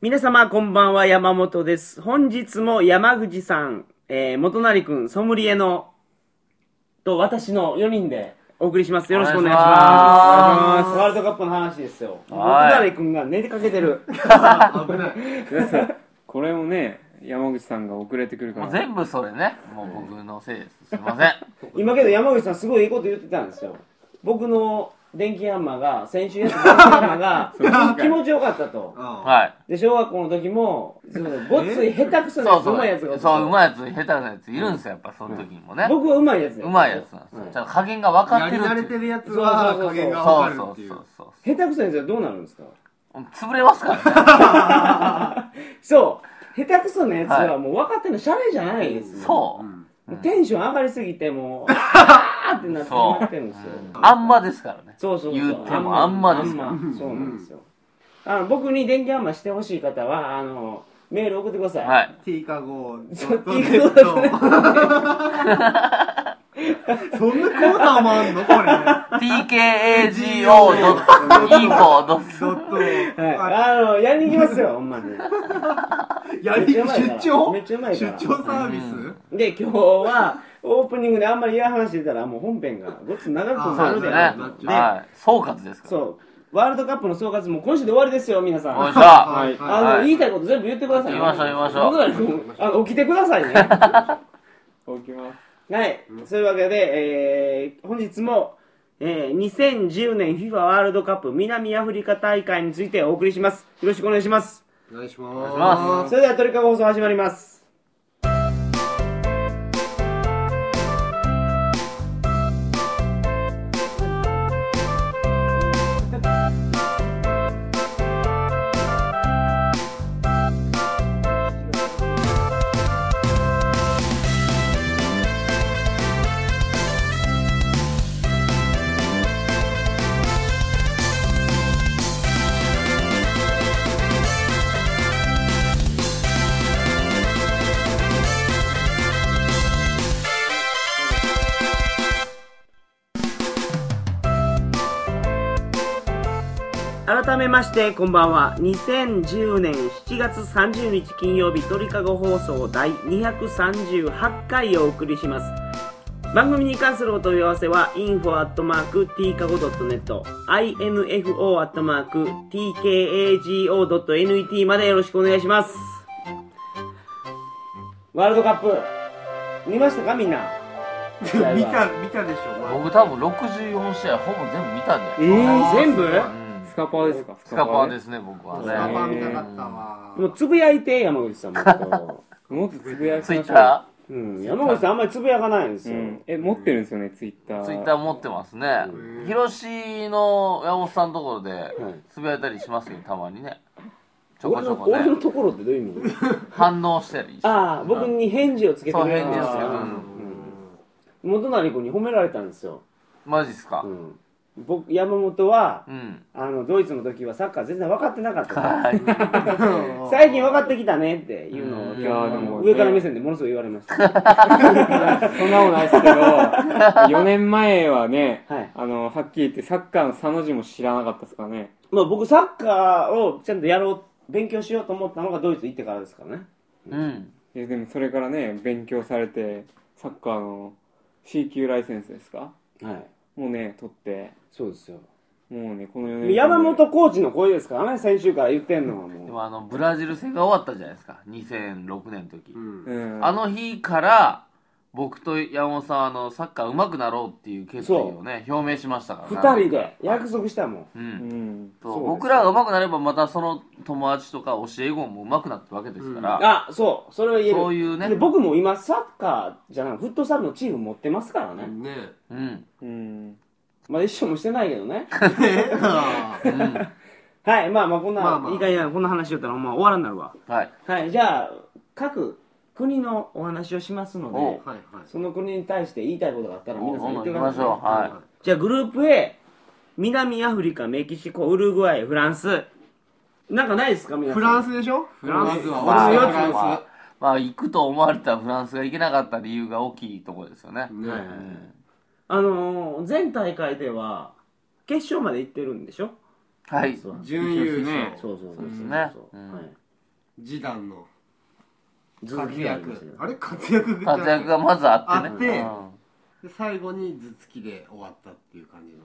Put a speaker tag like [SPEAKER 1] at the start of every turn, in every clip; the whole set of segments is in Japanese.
[SPEAKER 1] 皆様、こんばんは、山本です。本日も山口さん、えー、元成くん、ソムリエの、と私の4人でお送りします。よろしくお願いします。
[SPEAKER 2] お願いします
[SPEAKER 1] ワールドカップの話ですよ。元
[SPEAKER 2] はい
[SPEAKER 1] 成くんが寝てかけて る。
[SPEAKER 3] これもね山口さんが遅れてくるか
[SPEAKER 2] もう
[SPEAKER 3] ら
[SPEAKER 2] 全部それね。もう僕のせいです。すいません。
[SPEAKER 1] 今けど山口さんすごいいいこと言ってたんですよ僕の電気ハンマーが先週やった電気ハンマー が
[SPEAKER 3] そうか
[SPEAKER 1] 気持ちよかったと
[SPEAKER 4] は
[SPEAKER 2] はい。
[SPEAKER 1] で小学校の時もすいませんごっつい下手くそ
[SPEAKER 2] そ
[SPEAKER 1] な
[SPEAKER 2] うそう。
[SPEAKER 1] うまいやつがおった
[SPEAKER 2] そう、うまいやつ、下手なやついるんですよ。やっぱその時にもね。
[SPEAKER 1] 僕はうまいやつ
[SPEAKER 2] うまいやつなんですよ。ちゃんと加減が分
[SPEAKER 4] い。や
[SPEAKER 2] かっ
[SPEAKER 4] り
[SPEAKER 2] てるって
[SPEAKER 4] 慣
[SPEAKER 2] い
[SPEAKER 4] れ
[SPEAKER 2] う
[SPEAKER 4] てるやつ
[SPEAKER 1] そう
[SPEAKER 4] は
[SPEAKER 1] そうそうそう
[SPEAKER 4] 加減が
[SPEAKER 2] そ
[SPEAKER 4] わ
[SPEAKER 2] う
[SPEAKER 4] かる
[SPEAKER 2] そ
[SPEAKER 4] っ
[SPEAKER 2] う
[SPEAKER 4] ていう。
[SPEAKER 2] そうそう。
[SPEAKER 1] 下手くそなやつはどうなるんですか
[SPEAKER 2] 潰れますからね。
[SPEAKER 1] そう下手くそなやつは
[SPEAKER 2] は
[SPEAKER 1] もう分かってんのシャレじゃないですよ
[SPEAKER 2] そう。
[SPEAKER 1] もうテンション上がりすぎて もうあーってなってしまってるんですよ
[SPEAKER 2] あんまですからね。
[SPEAKER 1] そうそうそう
[SPEAKER 2] 言ってもあんまですから。
[SPEAKER 1] そうなんですよあの僕に電気ハンマーしてほしい方はあのメール送ってください
[SPEAKER 2] はい。
[SPEAKER 4] ティーカゴー。
[SPEAKER 1] そう
[SPEAKER 4] ドットネットそんなコーナーもあんのこれ。
[SPEAKER 2] tkago.eco.
[SPEAKER 4] ドット。
[SPEAKER 1] はい、
[SPEAKER 4] あ
[SPEAKER 1] あの、やりに行きますよ、ほんま に。
[SPEAKER 4] やり
[SPEAKER 1] めっちゃうまいから
[SPEAKER 4] 出張
[SPEAKER 1] めっちゃうまいか
[SPEAKER 4] 出
[SPEAKER 1] ら
[SPEAKER 4] 張サービス
[SPEAKER 1] で、今日は、オープニングであんまり嫌な話してたら、もう本編がごっつ長くな
[SPEAKER 2] そ
[SPEAKER 1] る
[SPEAKER 2] う
[SPEAKER 1] で
[SPEAKER 2] です
[SPEAKER 1] あ
[SPEAKER 2] ね
[SPEAKER 1] ろうと。。で、
[SPEAKER 2] はい。総括ですから。
[SPEAKER 1] そう、ワールドカップの総括も今週で終わりですよ、皆さん。
[SPEAKER 2] おいし
[SPEAKER 1] あ
[SPEAKER 2] た。
[SPEAKER 4] はい
[SPEAKER 1] の、
[SPEAKER 2] はい
[SPEAKER 1] 言いたいこと全部言ってくださいね。
[SPEAKER 2] 言いましょう言いましょう
[SPEAKER 1] 僕らもあの起きてくださ いね。は
[SPEAKER 3] 起きます
[SPEAKER 1] い。そういうわけで、えー、本日も、えー、2010年 FIFA ワールドカップ南アフリカ大会についてお送りします。よろしくお願いします。
[SPEAKER 4] お願いし
[SPEAKER 2] お願いします
[SPEAKER 4] ます。
[SPEAKER 1] それでは鳥かご放送始まります改めましてこんばんは2010年7月30日金曜日鳥かご放送第238回をお送りします番組に関するお問い合わせは info.tkago.net info.tkago.net までよろしくお願いしますワールドカップ見ましたかみんな
[SPEAKER 4] 見た、見たでしょ。
[SPEAKER 2] 僕多分64試合ほぼ全部見たんじゃない
[SPEAKER 1] えー、全部
[SPEAKER 2] うん
[SPEAKER 3] スカパーですかス
[SPEAKER 2] スカパー
[SPEAKER 3] で
[SPEAKER 2] ですね、僕は
[SPEAKER 4] スカパ
[SPEAKER 2] ね。
[SPEAKER 4] ー見たかったわ。
[SPEAKER 1] もうつぶやいて山口さんもこ
[SPEAKER 3] もっとつぶやきまし
[SPEAKER 2] ツイ
[SPEAKER 3] ょう
[SPEAKER 2] ッタ
[SPEAKER 1] う、うん、山口さんあんまりつぶやかないんです
[SPEAKER 3] う
[SPEAKER 1] よ、
[SPEAKER 3] ん、え持ってるんですよねツイッター
[SPEAKER 2] ーツイッター持ってますね
[SPEAKER 4] う。ん
[SPEAKER 2] 広しの山本さんのところで
[SPEAKER 1] はい
[SPEAKER 2] つぶやいたりしますけど、たまにね。ちょこ
[SPEAKER 1] 俺
[SPEAKER 2] ちょ
[SPEAKER 1] の
[SPEAKER 2] こ
[SPEAKER 1] 俺の
[SPEAKER 2] ね、
[SPEAKER 1] ところってどういう意味
[SPEAKER 2] 反応したりして。
[SPEAKER 1] ああ僕に返事をつけてくれたんです
[SPEAKER 2] そう返事をつけて
[SPEAKER 1] ようん元成君に褒められたんですよ、
[SPEAKER 2] マジっすか
[SPEAKER 1] うん、僕山本は
[SPEAKER 2] うん。
[SPEAKER 1] あのドイツの時はサッカー全然分かってなかった
[SPEAKER 2] はい。
[SPEAKER 1] 最近分かってきたねっていうのを
[SPEAKER 3] いやーでも
[SPEAKER 1] 上から目線でものすごい言われました
[SPEAKER 3] そんなことないですけど4年前はね、
[SPEAKER 1] はい
[SPEAKER 3] あのはっきり言ってサッカーの佐の字も知らなかったですからね
[SPEAKER 1] まあ僕サッカーをちゃんとやろう勉強しようと思ったのがドイツ行ってからですからね
[SPEAKER 2] うん。
[SPEAKER 3] いやでもそれからね勉強されてサッカーの C 級ライセンスですか
[SPEAKER 1] はい
[SPEAKER 3] もうね取って
[SPEAKER 1] そうですよ
[SPEAKER 3] もうねこの4年間で
[SPEAKER 1] 山本コーチの声ですからね先週から言ってんのは
[SPEAKER 2] で
[SPEAKER 1] もう
[SPEAKER 2] もあの、ブラジル戦が終わったじゃないですか。2006年の時。
[SPEAKER 3] うん
[SPEAKER 2] あの日から、僕と山本さん、あの、サッカー上手くなろうっていう決意をね、表明しましたから
[SPEAKER 1] 2
[SPEAKER 2] ね
[SPEAKER 1] 人で約束したもん
[SPEAKER 2] う。
[SPEAKER 3] うんん
[SPEAKER 2] そう
[SPEAKER 1] そうです
[SPEAKER 2] 僕らが上手くなれば、またその友達とか教え子も上手くなったわけですから、
[SPEAKER 1] あそうそれは言える
[SPEAKER 2] そういうね
[SPEAKER 1] で僕も今サッカーじゃないフットサルのチーム持ってますからね、
[SPEAKER 4] ね
[SPEAKER 2] うん。
[SPEAKER 3] うん
[SPEAKER 1] まあ一緒もしてないけどね
[SPEAKER 4] え。
[SPEAKER 1] はいまあまあこんな、
[SPEAKER 4] まあまあ
[SPEAKER 1] いいかげんなこんな話しよったらほんま終わらんなるわ
[SPEAKER 2] はい。
[SPEAKER 1] はいじゃあ各国のお話をしますの
[SPEAKER 2] お
[SPEAKER 1] で
[SPEAKER 4] はいはい。
[SPEAKER 1] その国に対して言いたいことがあったら皆さん言ってください、
[SPEAKER 2] おお行きましょうはい
[SPEAKER 1] じゃあグループ A 南アフリカメキシコウルグアイフランスなんかないですか皆
[SPEAKER 4] フ
[SPEAKER 1] さん
[SPEAKER 4] ランスでしょフランスは
[SPEAKER 2] まあ、
[SPEAKER 4] 俺の
[SPEAKER 2] まあま
[SPEAKER 4] や
[SPEAKER 2] あまあ行くと思われたフランスが行けなかった理由が大きいところですよね。
[SPEAKER 4] つ。ね
[SPEAKER 1] はいあのー、前大会では決勝まで行ってるんでしょ
[SPEAKER 2] はい。
[SPEAKER 1] そう
[SPEAKER 4] 準優勝。
[SPEAKER 1] そうそうそうそう
[SPEAKER 2] ですね
[SPEAKER 1] そう
[SPEAKER 2] うん
[SPEAKER 1] はい
[SPEAKER 5] 示談の
[SPEAKER 1] 頭突きがありましたけど
[SPEAKER 5] あれ活躍じゃな
[SPEAKER 2] 活
[SPEAKER 5] い
[SPEAKER 2] 躍がまずあってね
[SPEAKER 5] あで最後に頭突きで終わったっていう感じの
[SPEAKER 2] うん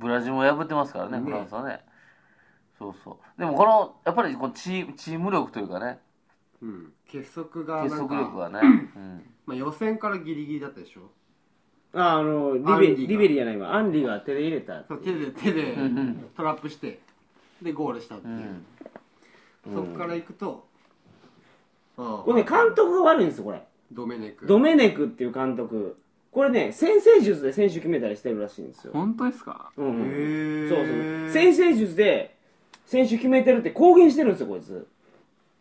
[SPEAKER 2] ブラジルも破ってますからね
[SPEAKER 5] ね
[SPEAKER 2] フランスはねそうそうでもこのやっぱりこうチーチーム力というかね
[SPEAKER 5] うん結束がな
[SPEAKER 2] 結
[SPEAKER 5] ん
[SPEAKER 2] 束
[SPEAKER 5] か
[SPEAKER 2] 力がね、うん、
[SPEAKER 5] まあ、予選からギリギリだったでしょ
[SPEAKER 1] ああのリベ
[SPEAKER 5] アンリ
[SPEAKER 1] リ
[SPEAKER 5] が
[SPEAKER 1] ベリじゃないわアンリが手で入れた
[SPEAKER 5] そう手で手で
[SPEAKER 2] んうん
[SPEAKER 5] トラップしてでゴールしたっていう、
[SPEAKER 2] ん
[SPEAKER 5] そこから行くと、ああ
[SPEAKER 1] これね監督が悪いんですよこれ
[SPEAKER 5] ドメネク
[SPEAKER 1] ドメネクっていう監督これね先制術で選手決めたりしてるらしいんですよ、
[SPEAKER 3] 本当ですか
[SPEAKER 1] うんうん
[SPEAKER 4] ー
[SPEAKER 1] そうそう先制術で選手決めてるって公言してるんですよこいつ、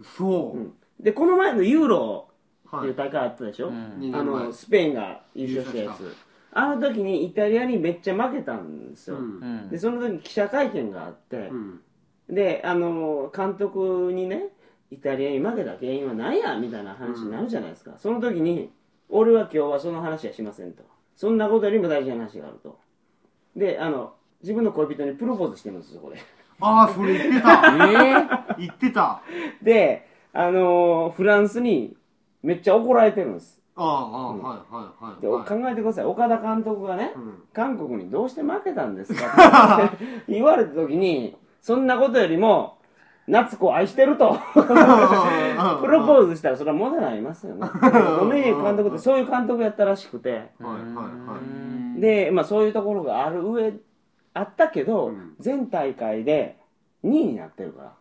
[SPEAKER 5] そうう、
[SPEAKER 1] ん、でこの前のユーロっ
[SPEAKER 5] は
[SPEAKER 1] て
[SPEAKER 5] い
[SPEAKER 1] いう大会あったでしょ、
[SPEAKER 2] うん
[SPEAKER 5] 2
[SPEAKER 1] あ
[SPEAKER 5] 年前
[SPEAKER 1] のスペインが優勝したや
[SPEAKER 5] 優勝
[SPEAKER 1] つあの時にイタリアにめっちゃ負けたんです
[SPEAKER 5] う
[SPEAKER 1] よ、
[SPEAKER 5] ん
[SPEAKER 2] うん
[SPEAKER 1] でその時に記者会見があって、
[SPEAKER 5] うん
[SPEAKER 1] であの監督にねイタリアに負けた原因は何やみたいな話になるじゃないですか、その時に俺は今日はその話はしませんとそんなことよりも大事な話があるとであの自分の恋人にプロポーズしてるんですよこれ
[SPEAKER 4] ああそれ言ってた言ってたあ
[SPEAKER 1] であのフランスにめっちゃ怒られてるんです
[SPEAKER 5] ああああ、はいはいはい
[SPEAKER 1] で
[SPEAKER 5] は
[SPEAKER 1] 考
[SPEAKER 5] い
[SPEAKER 1] えてください岡田監督がね、
[SPEAKER 5] うん
[SPEAKER 1] 韓国にどうして負けたんですか って言われた時にそんなことよりも夏子を愛してるとプロポーズしたらそれは問題になりますよ ねドメニク監督ってそういう監督やったらしくて
[SPEAKER 5] はいはいはい
[SPEAKER 1] で、まあ、そういうところがある上あったけど、全大会で2位になってるから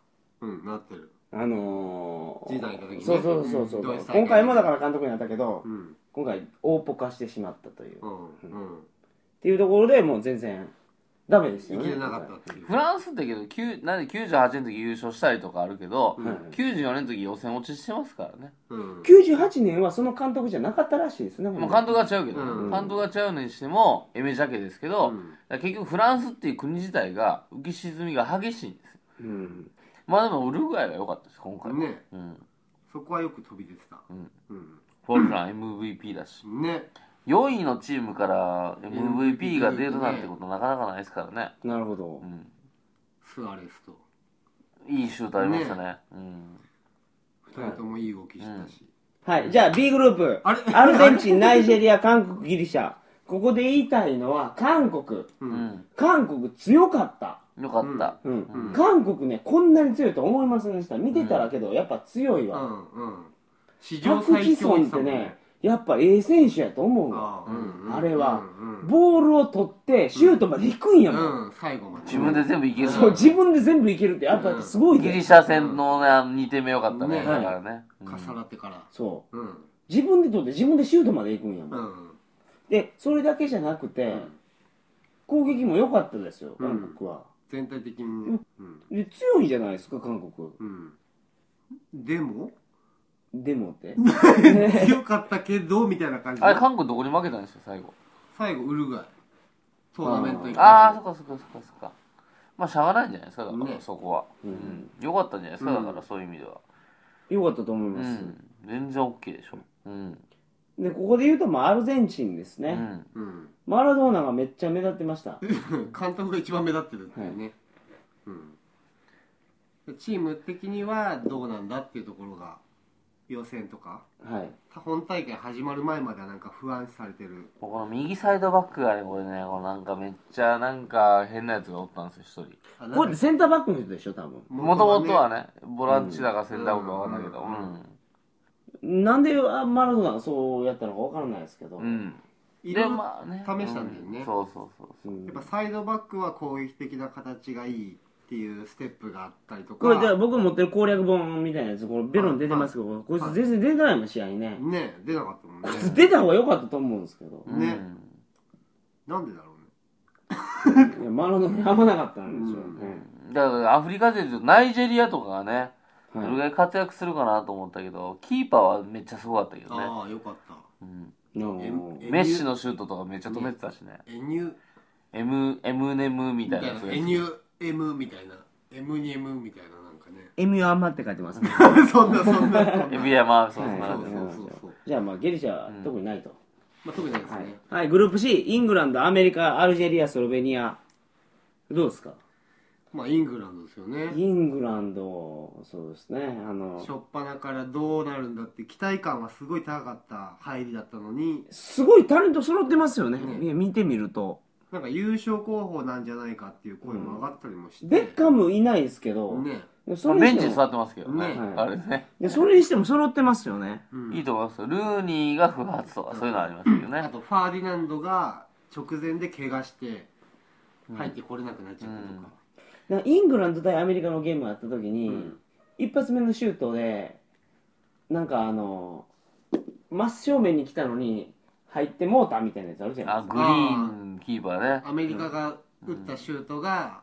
[SPEAKER 5] うんなってる
[SPEAKER 1] あのー、
[SPEAKER 5] 時代の時ね
[SPEAKER 1] そうそうそうそう、
[SPEAKER 5] うん同一大会
[SPEAKER 1] 今回もだから監督になったけど、
[SPEAKER 5] うん
[SPEAKER 1] 今回大ポカしてしまったという、
[SPEAKER 5] う
[SPEAKER 1] っ
[SPEAKER 5] んうん
[SPEAKER 1] ていうところでもう全然ダメです
[SPEAKER 5] い
[SPEAKER 1] よね
[SPEAKER 5] けなかったっていう
[SPEAKER 2] フランスってけど9なんで98の時優勝したりとかあるけど、
[SPEAKER 1] はい
[SPEAKER 2] 94年の時予選落ちしてますからね、
[SPEAKER 5] うん
[SPEAKER 1] 98年はその監督じゃなかったらしいですね、
[SPEAKER 2] もう監督が違うけど、
[SPEAKER 5] うん
[SPEAKER 2] 監督が違うのにしてもエメジャケですけど、
[SPEAKER 5] うん
[SPEAKER 2] だから結局フランスっていう国自体が浮き沈みが激しいんですよ
[SPEAKER 1] うん
[SPEAKER 2] まあでもウルグアイが良かったです今回は
[SPEAKER 5] ね
[SPEAKER 2] うん、
[SPEAKER 5] そこはよく飛び出てた
[SPEAKER 2] うん
[SPEAKER 5] う
[SPEAKER 2] フォルトラン MVP だし
[SPEAKER 5] んね
[SPEAKER 2] 4位のチームから MVP が出るなんてことなかなかないですからね、
[SPEAKER 1] なるほど
[SPEAKER 2] う、ん、
[SPEAKER 5] スアレスと
[SPEAKER 2] いいシュートありましたねうん、
[SPEAKER 5] 二人ともいい動きしたし
[SPEAKER 1] はいじゃあ B グループ
[SPEAKER 5] あれ
[SPEAKER 1] アルゼンチンナイジェリア韓国ギリシャここで言いたいのは韓国
[SPEAKER 5] う
[SPEAKER 2] うんん
[SPEAKER 1] 韓国強かった、
[SPEAKER 2] よかった、
[SPEAKER 1] うん
[SPEAKER 5] うん
[SPEAKER 1] 韓国ねこんなに強いと思いませんでした見てたらけど、やっぱ強いうわ、
[SPEAKER 5] んうん史
[SPEAKER 1] パ
[SPEAKER 5] 上
[SPEAKER 1] ク・
[SPEAKER 5] 最
[SPEAKER 1] ジ
[SPEAKER 5] 強
[SPEAKER 1] ソン
[SPEAKER 5] に
[SPEAKER 1] ってねやっぱええ選手やと思うわ
[SPEAKER 5] ああうんうん
[SPEAKER 1] あれは
[SPEAKER 5] うんうん
[SPEAKER 1] ボールを取ってシュートまで行くんやもん、
[SPEAKER 5] うん最後まで
[SPEAKER 2] 自分で全部いける
[SPEAKER 1] そう自分で全部いけるってやっぱすごい
[SPEAKER 2] ギ
[SPEAKER 1] ね、
[SPEAKER 2] リシャ戦のね、2点目よかったね
[SPEAKER 5] ね
[SPEAKER 2] だからね、うん
[SPEAKER 5] 重なってから
[SPEAKER 1] そう
[SPEAKER 5] うん
[SPEAKER 1] 自分で取って自分でシュートまで行くんやもん、
[SPEAKER 5] うん
[SPEAKER 1] でそれだけじゃなくて、攻撃も良かったですよ
[SPEAKER 5] うん
[SPEAKER 1] 韓国は、
[SPEAKER 5] 全体的にねうん
[SPEAKER 1] で強いじゃないですか韓国
[SPEAKER 5] うんでも
[SPEAKER 1] でもって
[SPEAKER 5] 強かったけどみたいな感じで
[SPEAKER 2] あれ韓国どこに負けたんですか最後
[SPEAKER 5] 最後ウルグアイトーナメント行
[SPEAKER 2] ああそっ
[SPEAKER 5] か
[SPEAKER 2] かそっかそっかそっかまあしゃがないんじゃないですかだから、
[SPEAKER 5] ね
[SPEAKER 2] そこは、うんよかったんじゃないですかだからそういう意味では、
[SPEAKER 1] 良かったと思いま
[SPEAKER 2] う
[SPEAKER 1] す、
[SPEAKER 2] ん、全然 OK でしょうん、
[SPEAKER 1] でここで言うと、まあ、アルゼンチンです
[SPEAKER 2] う
[SPEAKER 1] ね、
[SPEAKER 2] ん、
[SPEAKER 5] うん
[SPEAKER 1] マラドーナがめっちゃ目立ってました
[SPEAKER 5] 監督が一番目立ってるっていうねうんチーム的にはどうなんだっていうところが予選とか
[SPEAKER 1] はい
[SPEAKER 5] 本大会始まる前まではなんか不安視されてる
[SPEAKER 2] もうこの右サイドバックがねこれねこのなんかめっちゃなんか変なやつがおったんですよ一人
[SPEAKER 5] あ
[SPEAKER 1] これセンターバックの人でしょ多分
[SPEAKER 2] もともとは
[SPEAKER 5] ね
[SPEAKER 2] ねボランチだかセンターバックか分かんないけどうん
[SPEAKER 1] なんであマラドーナがそうやったのかわからないですけど、
[SPEAKER 2] うん、
[SPEAKER 5] い
[SPEAKER 2] で
[SPEAKER 5] ろいろ
[SPEAKER 2] まあね
[SPEAKER 5] 試したんだよね
[SPEAKER 2] うそうそうそうそう
[SPEAKER 1] うん
[SPEAKER 5] やっぱサイドバックは攻撃的な形がいいっていうステップがあったりとか
[SPEAKER 1] これで僕持ってる攻略本みたいなやつこれベロに出てますけど、こいつ全然出てないもん試合にね、
[SPEAKER 5] ね出なかったもんね
[SPEAKER 1] こいつ出た方が良かったと思うんですけど、
[SPEAKER 5] ね
[SPEAKER 2] うん
[SPEAKER 5] なんでだろうね
[SPEAKER 1] いやマラドーナに合わなかったんでしょうね、
[SPEAKER 2] だからアフリカ勢で言うとナイジェリアとかがね、
[SPEAKER 1] はい
[SPEAKER 2] どれぐらい活躍するかなと思ったけどキーパーはめっちゃすごかったけどね、
[SPEAKER 5] ああよかった
[SPEAKER 2] うん、
[SPEAKER 1] の
[SPEAKER 5] え
[SPEAKER 2] メッシのシュートとかめっちゃ止めてたしね
[SPEAKER 5] エニュー
[SPEAKER 2] M, M ネムみたいなやつが
[SPEAKER 5] エニュー M みたいな M に M みたいななんかね
[SPEAKER 1] MU アンマって書いてますね
[SPEAKER 5] そんなそんなそん
[SPEAKER 2] エ
[SPEAKER 5] な
[SPEAKER 2] ビヤマそうそう
[SPEAKER 1] は
[SPEAKER 5] そう
[SPEAKER 1] い
[SPEAKER 5] そうそうそう
[SPEAKER 1] じゃあまあゲリシャは特にないと、
[SPEAKER 5] まあ特にないですね、
[SPEAKER 1] はいグループ C イングランドアメリカアルジェリアスロベニアどうですか
[SPEAKER 5] まあイングランドですよね
[SPEAKER 1] イングランド、そうですね、あの
[SPEAKER 5] 初っ端からどうなるんだって期待感はすごい高かった入りだったのに
[SPEAKER 1] すごいタレント揃ってますよね、
[SPEAKER 5] ね
[SPEAKER 1] いや見てみると。
[SPEAKER 5] なんか優勝候補なんじゃないかっていう声も上がったりもして、
[SPEAKER 1] ベッカムいないですけど、
[SPEAKER 5] ね
[SPEAKER 1] それ
[SPEAKER 2] ベン
[SPEAKER 1] に
[SPEAKER 2] チに
[SPEAKER 1] して
[SPEAKER 2] 座
[SPEAKER 1] も
[SPEAKER 2] ってますけどね。
[SPEAKER 5] ね
[SPEAKER 2] あれね。
[SPEAKER 1] いやそれにしても揃ってますよね。
[SPEAKER 5] うん
[SPEAKER 2] いいと思いますよ。ルーニーが不発とか、そういうのありますけど
[SPEAKER 5] あ
[SPEAKER 2] ね。
[SPEAKER 5] とファーディナンドが直前で怪我して入ってこれなくなっちゃったとか、
[SPEAKER 1] だからイングランド対アメリカのゲームがあった時に、
[SPEAKER 5] うん
[SPEAKER 1] 一発目のシュートでなんかあの真正面に来たのに入ってもうたみたいなやつあるじゃない
[SPEAKER 2] あ、
[SPEAKER 1] で
[SPEAKER 2] グリーンキーパーね。
[SPEAKER 5] アメリカが打ったシュートが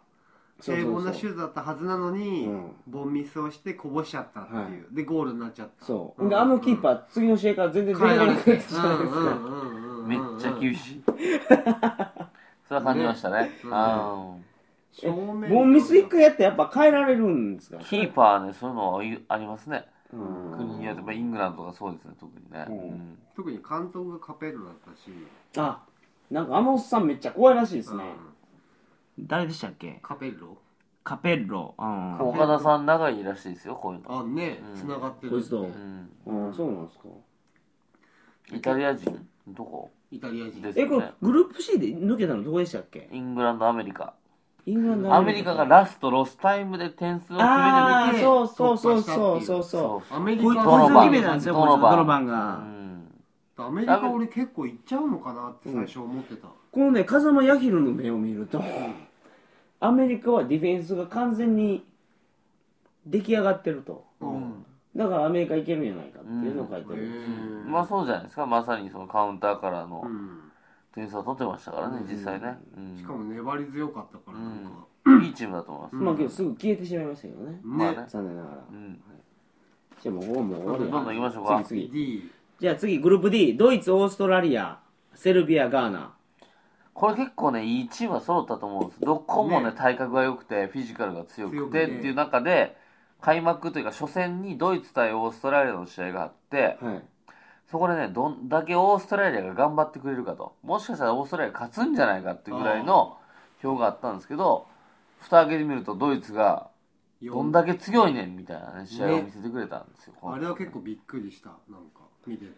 [SPEAKER 1] すか
[SPEAKER 5] 平凡なシ
[SPEAKER 1] そうそうそう
[SPEAKER 5] ュートだったはずなのに、
[SPEAKER 1] うん
[SPEAKER 5] ボンミスをしてこぼしちゃったっていう、
[SPEAKER 1] は
[SPEAKER 5] でゴールになっちゃった
[SPEAKER 1] そう、であのキーパー、次の試合から全然出てこ
[SPEAKER 5] 変えら
[SPEAKER 1] な
[SPEAKER 5] れ
[SPEAKER 1] く
[SPEAKER 5] て
[SPEAKER 1] なったじゃないですか、
[SPEAKER 2] めっちゃ厳しい。それは感じましたね。
[SPEAKER 5] うん
[SPEAKER 2] あ
[SPEAKER 5] い正面
[SPEAKER 1] ボンミス一回やってやっぱ変えられるんですか
[SPEAKER 2] ーキーパーね、そういうのはいありますね。
[SPEAKER 1] うん
[SPEAKER 2] 国によって、まあイングランドとかそうですね、特にね。うん
[SPEAKER 5] 特に監督がカペッロだったし、
[SPEAKER 1] あなんかあのおっさんめっちゃ怖いらしいです
[SPEAKER 5] うん
[SPEAKER 1] ね、誰でしたっけ
[SPEAKER 5] カペッロ
[SPEAKER 1] カペッロうん
[SPEAKER 2] 岡田さん長いらしいですよ、こういうの。
[SPEAKER 5] あね
[SPEAKER 2] うん
[SPEAKER 5] 繋がってる
[SPEAKER 1] こいつと
[SPEAKER 2] うん
[SPEAKER 1] うんそうなんですか
[SPEAKER 2] イタリア人どこ
[SPEAKER 5] イタリア人
[SPEAKER 2] です
[SPEAKER 1] え
[SPEAKER 2] よ
[SPEAKER 1] こ
[SPEAKER 2] ね
[SPEAKER 1] れ。グループ C で抜けたのどこでしたっけ
[SPEAKER 2] イングランド、アメリカ。
[SPEAKER 1] イングランド
[SPEAKER 2] アメリカがラスト、ロスタイムで点数を決めて
[SPEAKER 1] あ
[SPEAKER 5] ー
[SPEAKER 1] あ
[SPEAKER 5] て
[SPEAKER 1] そうそうそうそうそう
[SPEAKER 2] そ
[SPEAKER 1] そう
[SPEAKER 5] アメ
[SPEAKER 1] う
[SPEAKER 5] リ
[SPEAKER 1] こい
[SPEAKER 5] カ
[SPEAKER 1] つ
[SPEAKER 2] ドロ
[SPEAKER 1] の
[SPEAKER 2] バン
[SPEAKER 1] リベなんですよこいつ
[SPEAKER 2] ドロバン
[SPEAKER 1] ドロバン
[SPEAKER 2] う
[SPEAKER 1] が、
[SPEAKER 2] ん
[SPEAKER 5] アメリカ俺結構行っちゃうのかなって最初思ってた、
[SPEAKER 1] このね風間彌弘の目を見るとアメリカはディフェンスが完全に出来上がってると
[SPEAKER 5] うん
[SPEAKER 1] だからアメリカいけるんじゃないかっていうのを書いてる、
[SPEAKER 5] へえ
[SPEAKER 2] まあそうじゃないですか、まさにそのカウンターからの
[SPEAKER 5] うん
[SPEAKER 2] 点数を取ってましたからね、実際ね。うん
[SPEAKER 5] しかも粘り強かったからなんか、
[SPEAKER 2] いいチームだと思います。
[SPEAKER 1] まあけどすぐ消えてしまいましたけどね
[SPEAKER 2] まあ
[SPEAKER 5] ね
[SPEAKER 2] ね。
[SPEAKER 1] 残念ながら
[SPEAKER 2] うん
[SPEAKER 1] じゃあもうここはもう
[SPEAKER 2] どん
[SPEAKER 1] 終
[SPEAKER 2] ど
[SPEAKER 1] わ
[SPEAKER 2] ん行
[SPEAKER 1] り
[SPEAKER 2] き
[SPEAKER 1] や
[SPEAKER 2] ましょうか。
[SPEAKER 1] 次次
[SPEAKER 5] D
[SPEAKER 1] じゃあ次グループ D ドイツオーストラリアセルビアガーナ
[SPEAKER 2] これ結構ね、いいチームは揃ったと思うんです。どこもね、体格が良くて、フィジカルが強く
[SPEAKER 5] 強く
[SPEAKER 2] て
[SPEAKER 5] て
[SPEAKER 2] っていう中で、開幕というか初戦にドイツ対オーストラリアの試合があって、
[SPEAKER 1] はい
[SPEAKER 2] そこでね、どんだけオーストラリアが頑張ってくれるかと、もしかしたらオーストラリア勝つんじゃないかっていうぐらいの票があったんですけど、蓋開けてみるとドイツがどんだけ強いねんみたいなね、試合を見せてくれたんですよ。
[SPEAKER 5] あれは結構びっくりしたなんか見てて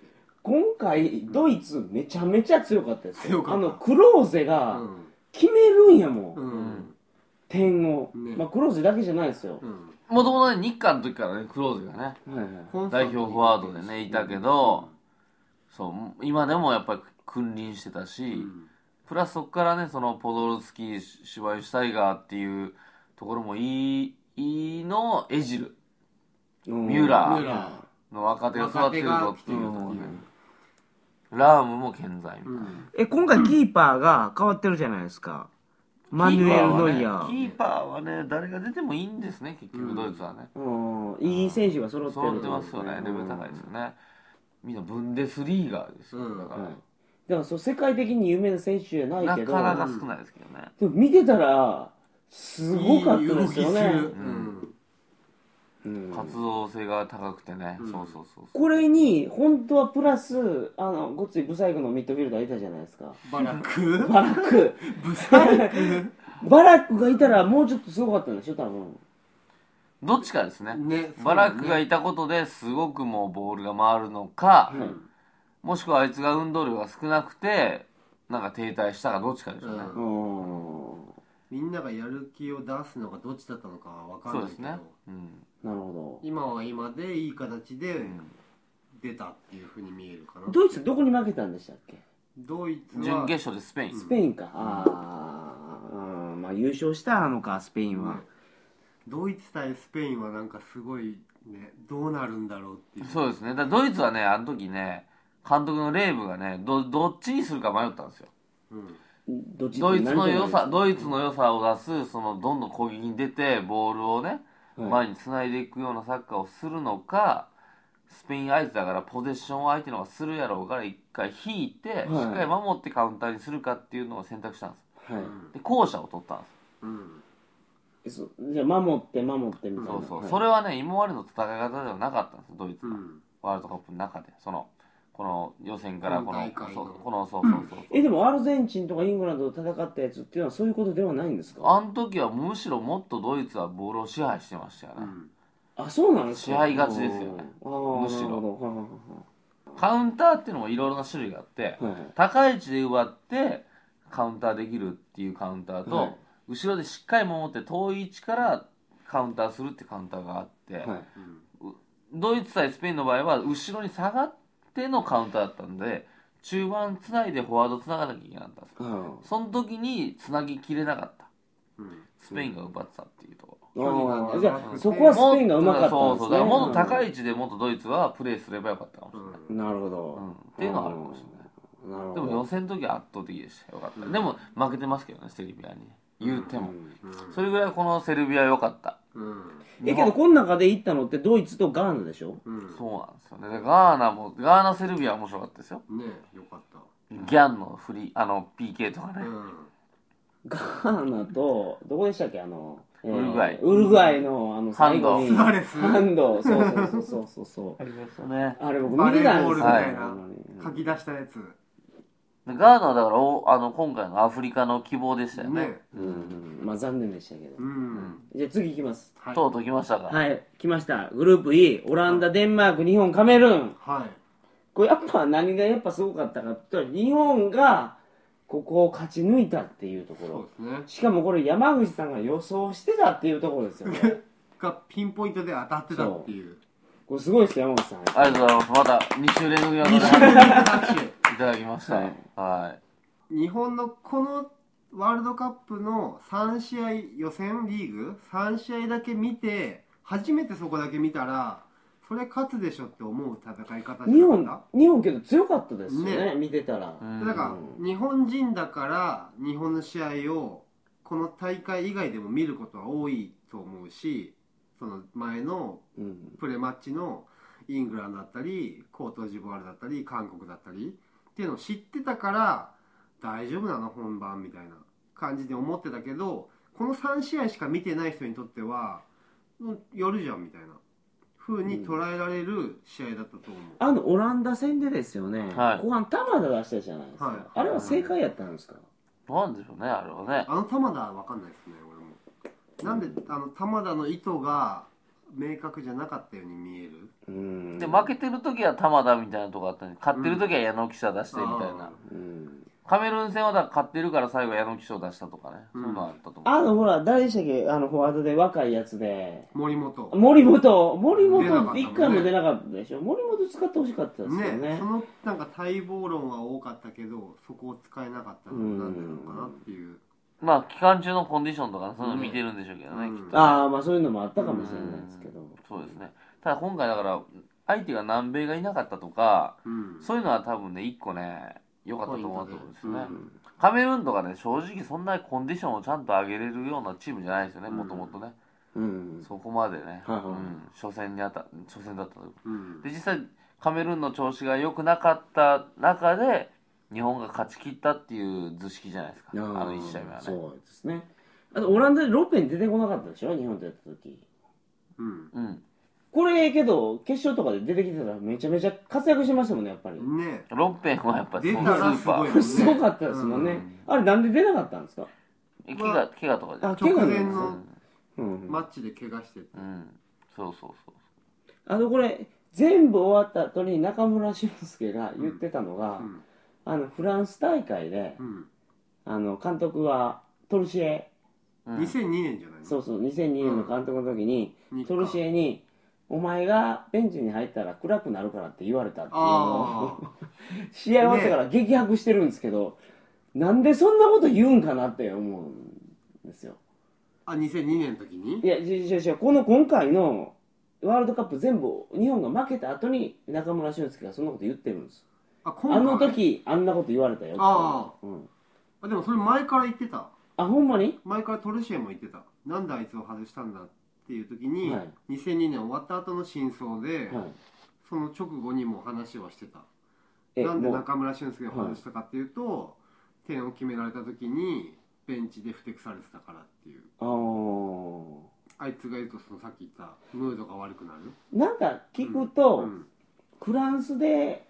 [SPEAKER 1] 今回ドイツめちゃめちゃ強かったですよ
[SPEAKER 5] 強か
[SPEAKER 1] あ
[SPEAKER 5] った
[SPEAKER 1] のクローゼ
[SPEAKER 5] う
[SPEAKER 1] が
[SPEAKER 5] ん
[SPEAKER 1] 決めるんやもん、
[SPEAKER 5] うん
[SPEAKER 1] 点を、
[SPEAKER 5] ね
[SPEAKER 1] まあクローズだけじゃないですよ
[SPEAKER 5] う、ん
[SPEAKER 2] もともとね、日韓の時からね、クローズがね、
[SPEAKER 1] はいはい
[SPEAKER 2] 代表フォワードでね、いたけど、そう、今でもやっぱり君臨してたし、
[SPEAKER 5] うん
[SPEAKER 2] プラスそこからね、そのポドルスキー、シュバイシュタイガーっていうところもいい、いいの、エジル
[SPEAKER 1] うん
[SPEAKER 2] ミュラー
[SPEAKER 5] ミュラ
[SPEAKER 2] の若手が育っ
[SPEAKER 5] 若
[SPEAKER 2] て
[SPEAKER 5] 手
[SPEAKER 2] る
[SPEAKER 5] が
[SPEAKER 2] ぞっ
[SPEAKER 5] 来
[SPEAKER 2] て
[SPEAKER 5] て
[SPEAKER 2] い
[SPEAKER 5] る
[SPEAKER 2] う
[SPEAKER 5] と
[SPEAKER 2] と
[SPEAKER 5] こ
[SPEAKER 2] ころ
[SPEAKER 5] ね
[SPEAKER 2] ね。ラームも健在みたいな。
[SPEAKER 5] うん
[SPEAKER 1] え今回キーパーが変わってるじゃないですかマニュエル・ノイヤ
[SPEAKER 2] キ
[SPEAKER 1] ー、
[SPEAKER 2] ーパーはね、誰が出てもいいんですね、結局、ドイツはね。
[SPEAKER 1] うん、いい選手が揃ってる
[SPEAKER 2] 揃ってますよね、レベル高いですよね。みんなブンデスリーガーですよ、
[SPEAKER 5] うん
[SPEAKER 2] だか
[SPEAKER 1] うん
[SPEAKER 2] ら、
[SPEAKER 1] はい、だからそう世界的に有名な選手じゃないけ
[SPEAKER 2] な
[SPEAKER 1] ど
[SPEAKER 2] かなか少ないですけどね。
[SPEAKER 1] でも見てたらすごかったですよね
[SPEAKER 5] いい動きするうん
[SPEAKER 1] うん
[SPEAKER 2] 活動性が高くてね、そうそうそうそう。
[SPEAKER 1] これに本当はプラスあのごっついブサイクのミッドフィルダーいたじゃないですか
[SPEAKER 5] バラク
[SPEAKER 1] バラック
[SPEAKER 5] ブサイク
[SPEAKER 1] バラックがいたらもうちょっとすごかったんでしょ多分
[SPEAKER 2] どっちかですね。
[SPEAKER 5] ね
[SPEAKER 2] バラックがいたことですごくもうボールが回るのか、もしくはあいつが運動量が少なくて、なんか停滞したかどっちかでしょうね。
[SPEAKER 5] うん
[SPEAKER 1] うん
[SPEAKER 5] みんながやる気を出すのがどっちだったのかは分か
[SPEAKER 2] そ
[SPEAKER 5] ん
[SPEAKER 2] う
[SPEAKER 5] ない
[SPEAKER 2] です
[SPEAKER 5] け
[SPEAKER 2] ね
[SPEAKER 5] ど。
[SPEAKER 2] うん。
[SPEAKER 1] なるほ
[SPEAKER 5] 今は今でいい形で
[SPEAKER 2] ん
[SPEAKER 5] 出たっていうふうに見えるかな
[SPEAKER 1] どドイツどこに負けたんでしたっけ
[SPEAKER 5] ドイツ
[SPEAKER 2] 準
[SPEAKER 5] は
[SPEAKER 2] 決勝でスペイン。
[SPEAKER 1] スペインか、あーうんまあ優勝したのかスペインは、
[SPEAKER 5] ドイツ対スペインはなんかすごいねどうなるんだろうっていう
[SPEAKER 2] そうですね。だからドイツはね、あの時ね、監督のレーブがね、ど、どっちにするか迷ったんですよ。
[SPEAKER 5] うん
[SPEAKER 1] どっちって
[SPEAKER 2] ドイツの良さ、
[SPEAKER 1] 何と
[SPEAKER 2] ドイツの良さを出す、その、どんどん攻撃に出て、ボールをね、
[SPEAKER 1] はい
[SPEAKER 2] 前に繋いでいくようなサッカーをするのか、スペイン相手だからポゼッションを相手の方がするやろうから一回引いて、しっかり守ってカウンターにするかっていうのを選択したんです。
[SPEAKER 1] なるは
[SPEAKER 2] で、後者を取ったんです。
[SPEAKER 5] うん
[SPEAKER 1] いそじゃあ守って守ってみたいな
[SPEAKER 2] そうそう。
[SPEAKER 1] はい
[SPEAKER 2] それはね、今までの戦い方ではなかったんですよ、ドイツ
[SPEAKER 5] う
[SPEAKER 2] が。
[SPEAKER 5] ん
[SPEAKER 2] ワールドカップの中で。その、この予選からこ
[SPEAKER 5] 今
[SPEAKER 2] の
[SPEAKER 5] 大会の
[SPEAKER 2] そうこのそうそうそう
[SPEAKER 1] えでもアルゼンチンとかイングランドと戦ったやつっていうのはそういうことではないんですか
[SPEAKER 2] あの時はむしろもっとドイツはボールを支配してましたよね、
[SPEAKER 1] あそうなんです
[SPEAKER 2] 支
[SPEAKER 1] か
[SPEAKER 2] 配勝ちですよね
[SPEAKER 1] ああ
[SPEAKER 2] む
[SPEAKER 1] な
[SPEAKER 2] し
[SPEAKER 1] るほ
[SPEAKER 2] ろ
[SPEAKER 1] どはい
[SPEAKER 2] カウンターっていうのもいろいろな種類があって、
[SPEAKER 1] はいはいはい
[SPEAKER 2] 高い位置で奪ってカウンターできるっていうカウンターと、
[SPEAKER 1] はい
[SPEAKER 2] 後ろでしっかり守って遠い位置からカウンターするってカウンターがあって、
[SPEAKER 1] はい
[SPEAKER 2] ドイツ対スペインの場合は後ろに下がってのカウンターだったんで中盤つないでフォワードつながなきゃいけなかったんですよ
[SPEAKER 1] は
[SPEAKER 2] その時につなぎきれなかった
[SPEAKER 5] うん
[SPEAKER 2] スペインが奪ってたっていうところ、
[SPEAKER 1] い
[SPEAKER 5] 距離が
[SPEAKER 1] あ
[SPEAKER 5] 長
[SPEAKER 1] あ
[SPEAKER 5] くて
[SPEAKER 1] じゃあそこはスペインがうまかったん
[SPEAKER 2] も
[SPEAKER 1] で
[SPEAKER 2] と
[SPEAKER 1] す
[SPEAKER 2] そうそうだ
[SPEAKER 1] ね
[SPEAKER 2] からもっと高い位置でもっとドイツはプレーすればよかったかもしれない、
[SPEAKER 5] う
[SPEAKER 1] なるほど、
[SPEAKER 2] うんっていうのはあるかもしれない
[SPEAKER 1] なるほ
[SPEAKER 2] で
[SPEAKER 1] ど
[SPEAKER 2] も予選の時は圧倒的でしたよかった、でも負けてますけどねセルビアに言うても、それぐらいこのセルビア良かった、
[SPEAKER 5] うん
[SPEAKER 1] えけどこの中で行ったのってドイツとガーナでしょ
[SPEAKER 5] うん
[SPEAKER 2] そうなんですよねでガーナもガーナセルビア面白かったですよ
[SPEAKER 5] ねよかった
[SPEAKER 2] ギャンのフリーあの PK とかね、
[SPEAKER 5] うん
[SPEAKER 1] ガーナとどこでしたっけあの、えー
[SPEAKER 2] ウルグアイ
[SPEAKER 1] ウルグアイのあの
[SPEAKER 2] ハ
[SPEAKER 1] 最
[SPEAKER 2] ンド
[SPEAKER 1] 後に
[SPEAKER 5] スアレス
[SPEAKER 1] ハンドそうそうそうそうそうそ
[SPEAKER 2] あ
[SPEAKER 1] う
[SPEAKER 2] りましたね
[SPEAKER 1] あれ僕
[SPEAKER 5] バ
[SPEAKER 1] 見
[SPEAKER 5] レ
[SPEAKER 1] てた
[SPEAKER 5] ー
[SPEAKER 1] ん
[SPEAKER 5] ボー
[SPEAKER 1] で
[SPEAKER 5] ル
[SPEAKER 1] すよ、
[SPEAKER 5] み
[SPEAKER 2] は
[SPEAKER 5] たいな書き出したやつ
[SPEAKER 2] でガーナはだからおあの今回のアフリカの希望でしたよね
[SPEAKER 5] ね
[SPEAKER 1] うんうんまあ残念でしたけど、
[SPEAKER 5] うん
[SPEAKER 1] じゃあ次行きます
[SPEAKER 5] はい
[SPEAKER 2] とうとう来ましたから、
[SPEAKER 1] はい来ましたグループ E オランダデンマーク日本カメルーン
[SPEAKER 5] はい
[SPEAKER 1] これやっぱ何がやっぱすごかったかって言ったら日本がここを勝ち抜いたっていうとこ
[SPEAKER 5] そう
[SPEAKER 1] ろ
[SPEAKER 5] ですね
[SPEAKER 1] しかもこれ山口さんが予想してたっていうところですよね
[SPEAKER 5] がピンポイントで当たってたっていう
[SPEAKER 1] これすごいですよ山口さん
[SPEAKER 2] ありがとうございますまた2週連続で
[SPEAKER 5] 二週連続拍手
[SPEAKER 2] いただきました
[SPEAKER 1] はい
[SPEAKER 2] は
[SPEAKER 5] 日本のこのワールドカップの3試合予選リーグ3試合だけ見て初めてそこだけ見たらそれ勝つでしょって思う戦い方じ
[SPEAKER 1] 日
[SPEAKER 5] ゃな
[SPEAKER 1] 本
[SPEAKER 5] かっ
[SPEAKER 1] 日本けど強かったですよね
[SPEAKER 5] ね
[SPEAKER 1] 見てたら、
[SPEAKER 2] い、う
[SPEAKER 5] た
[SPEAKER 2] ん
[SPEAKER 5] だから日本人だから日本の試合をこの大会以外でも見ることは多いと思うしその前の
[SPEAKER 1] うん
[SPEAKER 5] プレマッチのイングランドだったりコートジボワールだったり韓国だったりっていうのを知ってたから大丈夫なの本番みたいな感じで思ってたけどこの3試合しか見てない人にとってはうんやるじゃんみたいな風に捉えられる試合だったと思う、
[SPEAKER 1] あのオランダ戦でですよね、
[SPEAKER 2] はい
[SPEAKER 1] 後半玉田出したじゃないですか、
[SPEAKER 5] はい
[SPEAKER 1] あれは正解やったんですか、
[SPEAKER 2] なんでしょうねあれはね
[SPEAKER 5] あの玉田は分かんないですね俺もなんであの玉田の意図が明確じゃなかったように見える
[SPEAKER 1] うん
[SPEAKER 2] で負けてる時は玉田みたいなとこあったんで勝ってる時は矢野記者出してみたいな、
[SPEAKER 5] あ
[SPEAKER 1] うん
[SPEAKER 2] カメルーン戦はだから勝ってるから最後矢野記者を出したとかね、そういうのあったと思う
[SPEAKER 1] あのほら誰でしたっけあのフォワードで若いやつで
[SPEAKER 5] 森本
[SPEAKER 1] 森本森
[SPEAKER 5] 出なかったも
[SPEAKER 1] 本
[SPEAKER 5] ん
[SPEAKER 1] 一
[SPEAKER 5] ね
[SPEAKER 1] 回も出なかったでしょ、森本使ってほしかったですよね
[SPEAKER 5] そのなんか待望論は多かったけどそこを使えなかったのはなんでなのかなっていう
[SPEAKER 2] まあ期間中のコンディションとかねそういうの見てるんでしょうけどね、
[SPEAKER 5] うん
[SPEAKER 2] きっと
[SPEAKER 1] ああまあそういうのもあったかもしれないですけど、
[SPEAKER 2] そうですねただ今回だから相手が南米がいなかったとか
[SPEAKER 5] うん
[SPEAKER 2] そういうのは多分ね一個ね良かったと思うところですね、
[SPEAKER 5] うん
[SPEAKER 2] カメルーンとかね正直そんなコンディションをちゃんと上げれるようなチームじゃないですよね
[SPEAKER 5] うん
[SPEAKER 2] もともとね、
[SPEAKER 1] うん
[SPEAKER 2] そこまでね、
[SPEAKER 1] はいはい
[SPEAKER 2] うん、初戦にあった初戦だったという
[SPEAKER 5] うん
[SPEAKER 2] で実際カメルーンの調子が良くなかった中で日本が勝ち切ったっていう図式じゃないですかあ
[SPEAKER 1] ー
[SPEAKER 2] の1試合目はね
[SPEAKER 1] そうですねあとオランダでロペン出てこなかったでしょ日本とやった時
[SPEAKER 5] うん
[SPEAKER 2] うん
[SPEAKER 1] これけど決勝とかで出てきてたらめちゃめちゃ活躍しましたもんねやっぱり、
[SPEAKER 5] ね
[SPEAKER 2] ロッペンはやっぱり
[SPEAKER 5] 出
[SPEAKER 2] その
[SPEAKER 5] た
[SPEAKER 2] ス
[SPEAKER 5] ら
[SPEAKER 2] ー
[SPEAKER 5] す
[SPEAKER 2] パ
[SPEAKER 5] ごい
[SPEAKER 2] ー
[SPEAKER 5] よね
[SPEAKER 1] すごかったですもんね、あれなんで出なかったんですか
[SPEAKER 2] え怪我怪我とかじゃ
[SPEAKER 1] あ
[SPEAKER 2] ん
[SPEAKER 1] 怪
[SPEAKER 5] 直
[SPEAKER 1] 我
[SPEAKER 5] 前
[SPEAKER 1] なんです
[SPEAKER 5] の
[SPEAKER 1] うん
[SPEAKER 5] マッチで怪我してて
[SPEAKER 2] うんそうそうそう
[SPEAKER 1] あのこれ全部終わった後に中村俊輔が言ってたのが、
[SPEAKER 5] うん
[SPEAKER 1] あのフランス大会で、
[SPEAKER 5] うん
[SPEAKER 1] あの監督はトルシエ
[SPEAKER 2] うん
[SPEAKER 5] 2002年じゃないの
[SPEAKER 1] そうそう2002年の監督の時に、
[SPEAKER 5] 日
[SPEAKER 1] ト
[SPEAKER 5] 韓
[SPEAKER 1] ルシエに「お前がベンチに入ったら暗くなるから」って言われたっていうのを
[SPEAKER 5] あ
[SPEAKER 1] 試合終わってから激白してるんですけど、なんでそんなこと言うんかなって思うんですよ
[SPEAKER 5] ああ2002年の時に
[SPEAKER 1] いや違う違う違うこの今回のワールドカップ全部日本が負けた後に中村俊輔がそんなこと言ってるんです
[SPEAKER 5] あ今回
[SPEAKER 1] あの時あんなこと言われたよって
[SPEAKER 5] あ
[SPEAKER 1] うん、
[SPEAKER 5] あでもそれ前から言ってた
[SPEAKER 1] あほんまに
[SPEAKER 5] 前からトルシエも言ってたなんであいつを外したんだっていう時に、
[SPEAKER 1] はい
[SPEAKER 5] 2002年終わった後の真相で、
[SPEAKER 1] はい
[SPEAKER 5] その直後にも話はしてた
[SPEAKER 1] え
[SPEAKER 5] なんで
[SPEAKER 1] もう
[SPEAKER 5] 中村俊輔が外したかっていうと、点を決められた時にベンチでふてくされてたからっていう
[SPEAKER 1] あー
[SPEAKER 5] あいつが言うとそのさっき言ったムードが悪くなる
[SPEAKER 1] なんか聞くと、
[SPEAKER 5] うん
[SPEAKER 1] フランスで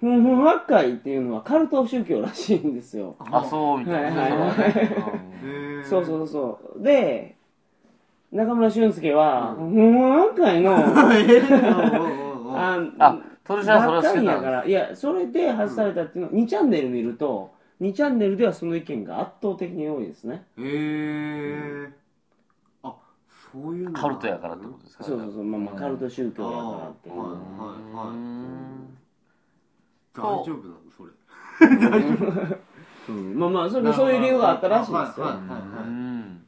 [SPEAKER 1] ふんふん学会っていうのはカルト宗教らしいんですよ。
[SPEAKER 2] あ、そうみたいな。
[SPEAKER 1] はいはいはい
[SPEAKER 5] へ
[SPEAKER 2] うん
[SPEAKER 5] ー
[SPEAKER 1] そうそうそう。で、中村俊介は、ふんふん学会 の、
[SPEAKER 5] えーおうおうおう
[SPEAKER 1] あ
[SPEAKER 2] あ、トルシャ
[SPEAKER 1] ばっ
[SPEAKER 2] はそれは知
[SPEAKER 1] か
[SPEAKER 2] って
[SPEAKER 1] り
[SPEAKER 2] た
[SPEAKER 1] や
[SPEAKER 2] ん
[SPEAKER 1] か
[SPEAKER 2] だ。
[SPEAKER 1] ら、いや、それで外されたっていうのは、2チャンネル見ると、2チャンネルではその意見が圧倒的に多いですね。
[SPEAKER 5] へえあそういうの
[SPEAKER 2] カルトやからってことですか
[SPEAKER 1] そうそうそう、まあまあ、カルト宗教やからっていう。
[SPEAKER 2] う
[SPEAKER 5] あーは
[SPEAKER 2] ん
[SPEAKER 5] はいはい
[SPEAKER 2] うん
[SPEAKER 5] 大丈夫なのそれ
[SPEAKER 1] うんまあまあ、それそういう理由があったらしいですよ。
[SPEAKER 5] はいはいはい
[SPEAKER 2] うん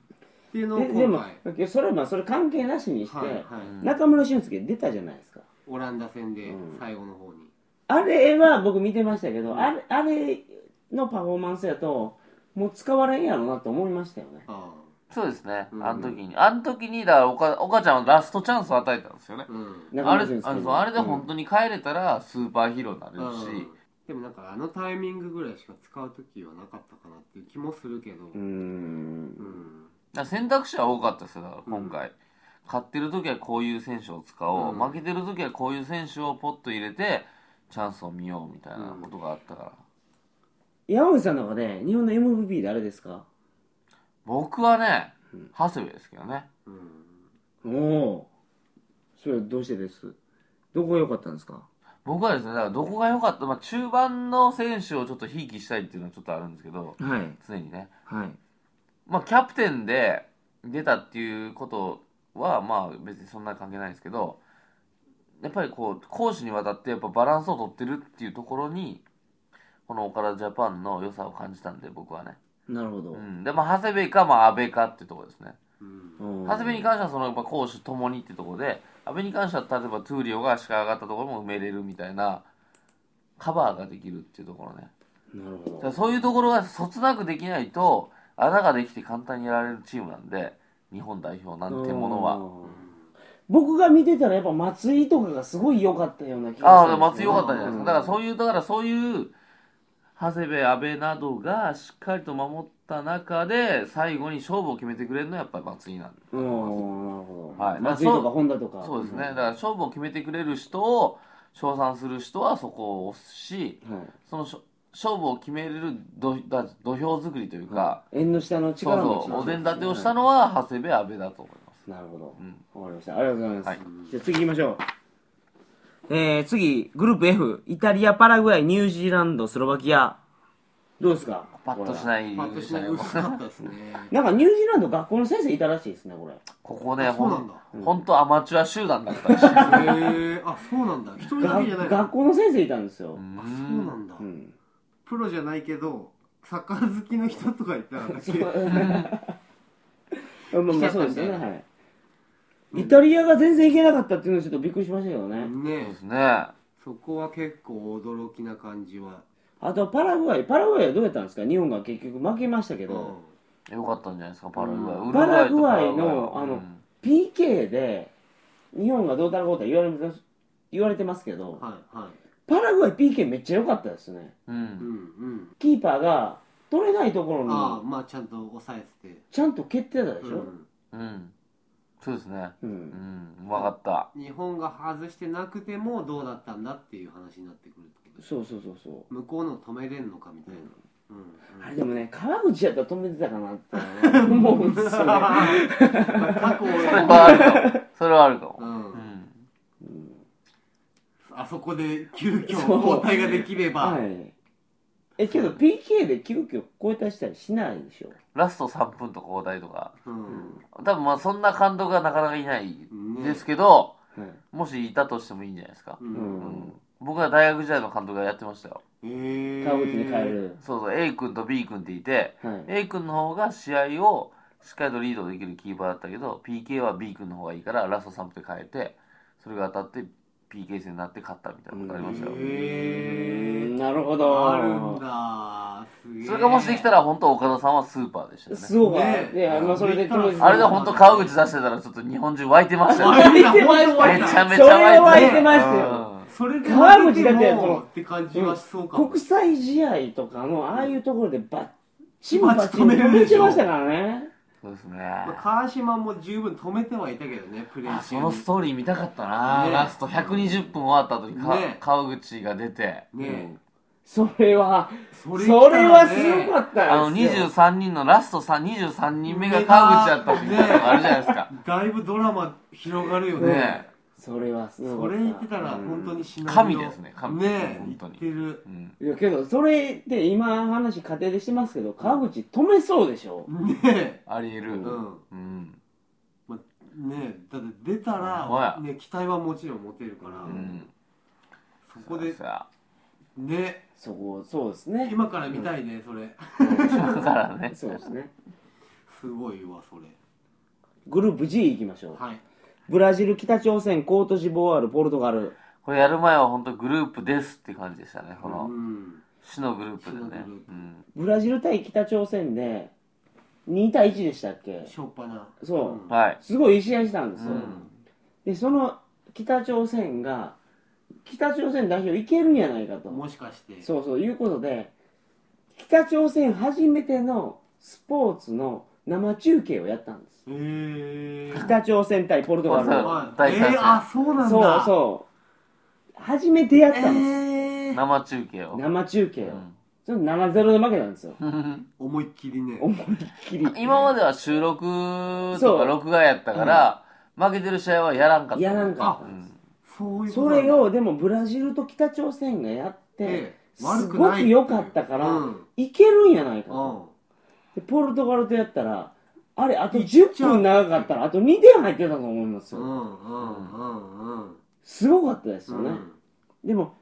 [SPEAKER 5] っていうのを
[SPEAKER 1] でで
[SPEAKER 5] 今
[SPEAKER 1] も
[SPEAKER 5] 回、
[SPEAKER 1] それはまあ、それ関係なしにして、
[SPEAKER 5] はいはい
[SPEAKER 1] 中村俊介出たじゃないですか。
[SPEAKER 5] オランダ戦で
[SPEAKER 1] うん
[SPEAKER 5] 最後の方に
[SPEAKER 1] あれは僕見てましたけど、あれあれのパフォーマンスやと、もう使われんやろうなと思いましたよね。
[SPEAKER 5] あ
[SPEAKER 2] そうですね。
[SPEAKER 5] うん
[SPEAKER 2] あの時に。あの時に、だから、おか、おかちゃんはラストチャンスを与えたんですよね
[SPEAKER 5] あ。うん
[SPEAKER 1] 中
[SPEAKER 2] あ
[SPEAKER 1] 村
[SPEAKER 2] れ、
[SPEAKER 1] 俊介
[SPEAKER 2] あ
[SPEAKER 1] に
[SPEAKER 2] のそうあれで本当に帰れたら、スーパーヒーローにな
[SPEAKER 5] う
[SPEAKER 2] れるし
[SPEAKER 5] ん。でもなんかあのタイミングぐらいしか使う時はなかったかなっていう気もするけど
[SPEAKER 1] うー。
[SPEAKER 5] うんん
[SPEAKER 2] だから選択肢は多かったですよ、だから今回。勝ってる時はこういう選手を使おう、
[SPEAKER 5] うん
[SPEAKER 2] 負けてる時はこういう選手をポッと入れて、チャンスを見ようみたいなことがあったから。
[SPEAKER 1] 山口さんの中で、日本の MVP 誰ですか
[SPEAKER 2] 僕はね、長谷部ですけどね。
[SPEAKER 5] うん
[SPEAKER 1] おおー。それはどうしてですどこが良かったんですか
[SPEAKER 2] 僕はですね、だからどこが良かった、まあ、中盤の選手をちょっとひいきしたいっていうのはちょっとあるんですけど、
[SPEAKER 1] はい。
[SPEAKER 2] 常にね。
[SPEAKER 1] はい。
[SPEAKER 2] まあ、キャプテンで出たっていうことは、まあ、別にそんな関係ないんですけど、やっぱりこう、攻守にわたってやっぱバランスを取ってるっていうところに、この岡田ジャパンの良さを感じたんで、僕はね。
[SPEAKER 1] なるほど
[SPEAKER 2] う。ん。で、まあ、長谷部か、まあ、安倍かっていうところですね。
[SPEAKER 5] うん
[SPEAKER 1] うん
[SPEAKER 2] 長谷部に関しては、その、やっぱ攻守ともにってところで、安倍に関しては、例えば、トゥーリオが足が上がったところも埋めれるみたいな、カバーができるっていうところね。
[SPEAKER 1] なるほ
[SPEAKER 2] だから
[SPEAKER 1] ど。
[SPEAKER 2] そういうところがそつなくできないと穴ができて簡単にやられるチームなんで日本代表なんてものは
[SPEAKER 1] うん。僕が見てたらやっぱ松井とかがすごい良かったような気が
[SPEAKER 2] あ
[SPEAKER 1] する
[SPEAKER 2] あ
[SPEAKER 1] んですよ。
[SPEAKER 2] 松井良かったんじゃないですかだからそういうだからそういう長谷部阿部などがしっかりと守った中で最後に勝負を決めてくれるのはやっぱり松井なんで
[SPEAKER 1] うん、なるほど。
[SPEAKER 2] はい
[SPEAKER 1] 松井とか本田とか。
[SPEAKER 2] そうですねだから勝負を決めてくれる人を称賛する人はそこを押すし
[SPEAKER 1] はい。
[SPEAKER 2] そのしょ勝負を決めれる土だ土俵作りというか、
[SPEAKER 1] 縁の下の
[SPEAKER 2] そう
[SPEAKER 1] 力持ち
[SPEAKER 2] そうお膳立てをしたのは長谷部阿部だと思います
[SPEAKER 1] なるほど
[SPEAKER 2] うん
[SPEAKER 1] わかりましたありがとうございます、
[SPEAKER 2] はい
[SPEAKER 1] じゃあ次行きましょうえー、次グループ F イタリアパラグアイニュージーランドスロバキアどうですか
[SPEAKER 2] パッとし
[SPEAKER 1] い
[SPEAKER 2] ない
[SPEAKER 5] パッとしない薄かったですね
[SPEAKER 1] なんかニュージーランド学校の先生いたらしいですねこれ
[SPEAKER 2] ここね、
[SPEAKER 5] そ
[SPEAKER 2] ほ
[SPEAKER 5] うなん
[SPEAKER 2] ん
[SPEAKER 5] だ
[SPEAKER 2] ほんとアマチュア集団だったらしい。う
[SPEAKER 5] へえあそうなんだ一人だけじゃ
[SPEAKER 1] が
[SPEAKER 5] ないの
[SPEAKER 1] 学校の先生いたんですよ、
[SPEAKER 5] あそう
[SPEAKER 2] ー
[SPEAKER 5] なんんだ
[SPEAKER 1] うん
[SPEAKER 5] プロじゃないけどサッカー好きの人とかいたら だけ
[SPEAKER 1] まあまあそうですよね
[SPEAKER 5] 来ちゃったんだ
[SPEAKER 1] はいイタリアが全然いけなかったっていうのはちょっとびっくりしましたけどね、
[SPEAKER 2] そうで
[SPEAKER 5] ね
[SPEAKER 2] すね。
[SPEAKER 5] そこは結構驚きな感じは
[SPEAKER 1] あとパラグアイパラグアイはどうやったんですか日本が結局負けましたけ
[SPEAKER 5] う
[SPEAKER 1] ど、
[SPEAKER 5] ん
[SPEAKER 2] よかったんじゃないですか、パラグアイ。
[SPEAKER 1] うん
[SPEAKER 2] ウルグア
[SPEAKER 1] パ
[SPEAKER 2] イと
[SPEAKER 1] ラグアイの
[SPEAKER 2] パラグアイ
[SPEAKER 1] あの PK で日本がどうたらこうたら言われます言われてますけど、
[SPEAKER 5] はいはい
[SPEAKER 1] パラグアイ PK めっちゃ良かったですね
[SPEAKER 2] う。
[SPEAKER 5] うんんうん
[SPEAKER 1] キーパーが取れないとこ
[SPEAKER 5] ああ
[SPEAKER 1] ろに
[SPEAKER 5] まあちゃんと抑えてて
[SPEAKER 1] ちゃんと蹴ってたでし
[SPEAKER 5] う
[SPEAKER 1] ょ、
[SPEAKER 5] ん
[SPEAKER 2] うん。そうですね。
[SPEAKER 1] うん
[SPEAKER 2] うん。うまかった。
[SPEAKER 5] 日本が外してなくてもどうだったんだっていう話になってくるってこと
[SPEAKER 1] そうそうそうそう
[SPEAKER 5] 向こうの止めれんのかみたいなうんうん
[SPEAKER 1] あれでもね川口やったら止めてたかなってね 思うんですよね
[SPEAKER 5] まあ過去を
[SPEAKER 2] それはあるかも。それはあるか
[SPEAKER 5] う
[SPEAKER 2] も。うんん。
[SPEAKER 5] あそこで急遽
[SPEAKER 1] そう
[SPEAKER 5] 交代ができれば
[SPEAKER 1] はいえけど PK で急遽超えたりしたりしないでしょ
[SPEAKER 2] ラスト3分とか交代とか。
[SPEAKER 5] うん
[SPEAKER 2] 多分まあそんな監督がなかなかいない
[SPEAKER 5] ね
[SPEAKER 2] ですけど、
[SPEAKER 1] はい
[SPEAKER 2] もしいたとしてもいいんじゃないですか
[SPEAKER 5] う。
[SPEAKER 1] うん
[SPEAKER 5] ん
[SPEAKER 2] うん。僕は大学時代の監督がやってましたよ。
[SPEAKER 5] へえ
[SPEAKER 1] 川口に変える、
[SPEAKER 2] そうそう、A 君と B 君っていて、
[SPEAKER 1] はい
[SPEAKER 2] A 君の方が試合をしっかりとリードできるキーパーだったけど PK は B 君の方がいいからラスト3分で変えてそれが当たって PK 戦になって勝ったみたいなことありましたよ、
[SPEAKER 5] へ
[SPEAKER 1] なるほ
[SPEAKER 5] え
[SPEAKER 1] ど
[SPEAKER 5] あるんだすげえ
[SPEAKER 2] それがもしできたら本当岡田さんはスーパーでしたよ
[SPEAKER 1] す
[SPEAKER 2] ね
[SPEAKER 1] ごい、
[SPEAKER 5] ねえ
[SPEAKER 1] いやまあそれで当時
[SPEAKER 2] あれで本当川口出してたらちょっと日本中湧いてましたよね
[SPEAKER 1] 湧いてました
[SPEAKER 2] めちゃめちゃ
[SPEAKER 1] それは湧
[SPEAKER 2] 湧
[SPEAKER 1] い
[SPEAKER 2] い
[SPEAKER 1] て
[SPEAKER 2] て
[SPEAKER 1] ま
[SPEAKER 2] ま
[SPEAKER 1] し
[SPEAKER 2] したた
[SPEAKER 1] よ
[SPEAKER 2] よ
[SPEAKER 5] それで
[SPEAKER 1] 川口だってその
[SPEAKER 5] もって感じはしそうかも
[SPEAKER 1] 国際試合とかのああいうところでバッチン
[SPEAKER 5] バ
[SPEAKER 1] バ
[SPEAKER 5] ッ
[SPEAKER 1] ッ
[SPEAKER 5] チ
[SPEAKER 1] チ
[SPEAKER 5] 止
[SPEAKER 1] ン
[SPEAKER 5] めれる
[SPEAKER 1] 止
[SPEAKER 5] で
[SPEAKER 1] め
[SPEAKER 5] してょ
[SPEAKER 1] ましたからね
[SPEAKER 2] うそうですね、
[SPEAKER 5] まあ川島も十分止めてはいたけどねプレー
[SPEAKER 2] あ
[SPEAKER 5] 中
[SPEAKER 2] その
[SPEAKER 5] に
[SPEAKER 2] ストーリー見たかったな、
[SPEAKER 5] ね
[SPEAKER 2] ラスト120分終わった後にか、
[SPEAKER 5] ね
[SPEAKER 2] 川口が出て
[SPEAKER 5] ね
[SPEAKER 1] それは、そ
[SPEAKER 5] それ
[SPEAKER 1] れ
[SPEAKER 5] 来たらね
[SPEAKER 1] はすごかった
[SPEAKER 2] あの
[SPEAKER 1] んですよ。
[SPEAKER 2] 23人のラスト3 23人目が川口だったみたいなのがあるじゃないですか、
[SPEAKER 5] だいぶドラマ広がるよね
[SPEAKER 2] ね
[SPEAKER 1] それはす
[SPEAKER 5] そ
[SPEAKER 1] ごかった。
[SPEAKER 5] れ言ってたら本当にシナリオ
[SPEAKER 2] 神ですね神
[SPEAKER 5] ね
[SPEAKER 2] 本当に
[SPEAKER 5] 言ってる
[SPEAKER 2] うん、
[SPEAKER 1] いやけど、それで今話家庭でしてますけど、川口止めそうでしょ
[SPEAKER 5] ね
[SPEAKER 2] ありえる、
[SPEAKER 5] うん
[SPEAKER 2] うん
[SPEAKER 5] ねだって出た
[SPEAKER 2] ほ
[SPEAKER 5] ら
[SPEAKER 2] ら、
[SPEAKER 5] ね、期待はもちろん持てるから、
[SPEAKER 2] うん
[SPEAKER 5] そこで
[SPEAKER 2] さ
[SPEAKER 5] ね
[SPEAKER 1] そこ、そうですね。
[SPEAKER 5] 今から見たいねそれ
[SPEAKER 2] あ だからね
[SPEAKER 1] そうですね。
[SPEAKER 5] すごいわそれ
[SPEAKER 1] グループ G 行きましょう。
[SPEAKER 5] はい
[SPEAKER 6] ブラジル、北朝鮮、コートジボワール、ポルトガル。
[SPEAKER 2] これやる前は本当グループですって感じでしたねこ
[SPEAKER 5] う
[SPEAKER 2] の
[SPEAKER 5] ん
[SPEAKER 2] 死のグループで
[SPEAKER 5] 死のグル
[SPEAKER 2] ね
[SPEAKER 5] ープ
[SPEAKER 2] うん
[SPEAKER 1] ブラジル対北朝鮮で、2対1でしたっけ
[SPEAKER 5] しょっぱな
[SPEAKER 1] そう
[SPEAKER 5] うん
[SPEAKER 2] はい
[SPEAKER 1] すごいいい試合したんですよ。
[SPEAKER 2] うん
[SPEAKER 1] で、その北朝鮮が、北朝鮮代表いけるんやないかと。
[SPEAKER 5] もしかして
[SPEAKER 1] そうそう、いうことで、北朝鮮初めてのスポーツの生中継をやったんです。
[SPEAKER 5] へえー、
[SPEAKER 1] 北朝鮮対ポルトガル
[SPEAKER 2] そう
[SPEAKER 1] の。
[SPEAKER 5] はいえー、あそうなんだ
[SPEAKER 1] そうそう。初めてやったんです。
[SPEAKER 5] えー、
[SPEAKER 2] 生中継を
[SPEAKER 1] 生中継を。
[SPEAKER 2] うん
[SPEAKER 1] それ7-0で負けたんですよ。
[SPEAKER 5] 思いっきりね
[SPEAKER 1] 思いっきり。
[SPEAKER 2] 今までは収録と
[SPEAKER 1] そ
[SPEAKER 2] か
[SPEAKER 1] う
[SPEAKER 2] 録画やったから、負けてる試合はやらんかった
[SPEAKER 1] やらんか
[SPEAKER 2] う
[SPEAKER 1] ったんです。
[SPEAKER 2] ん
[SPEAKER 5] そういうこと
[SPEAKER 1] そ
[SPEAKER 5] なんだ
[SPEAKER 1] れを、でもブラジルと北朝鮮がやって、
[SPEAKER 5] ええ
[SPEAKER 1] す
[SPEAKER 5] 悪く
[SPEAKER 1] ご
[SPEAKER 5] ない
[SPEAKER 1] く良かったから
[SPEAKER 5] うん、
[SPEAKER 1] いけるんやないか
[SPEAKER 5] う
[SPEAKER 1] と。
[SPEAKER 5] ん
[SPEAKER 1] でポルトガルとやったら、あれ、あと10分長かったら、あと2点入ってたと思います
[SPEAKER 5] うん
[SPEAKER 1] よ。
[SPEAKER 5] うんうんうん
[SPEAKER 1] すごかったですよ
[SPEAKER 5] う
[SPEAKER 1] ね。
[SPEAKER 5] ん
[SPEAKER 1] でも、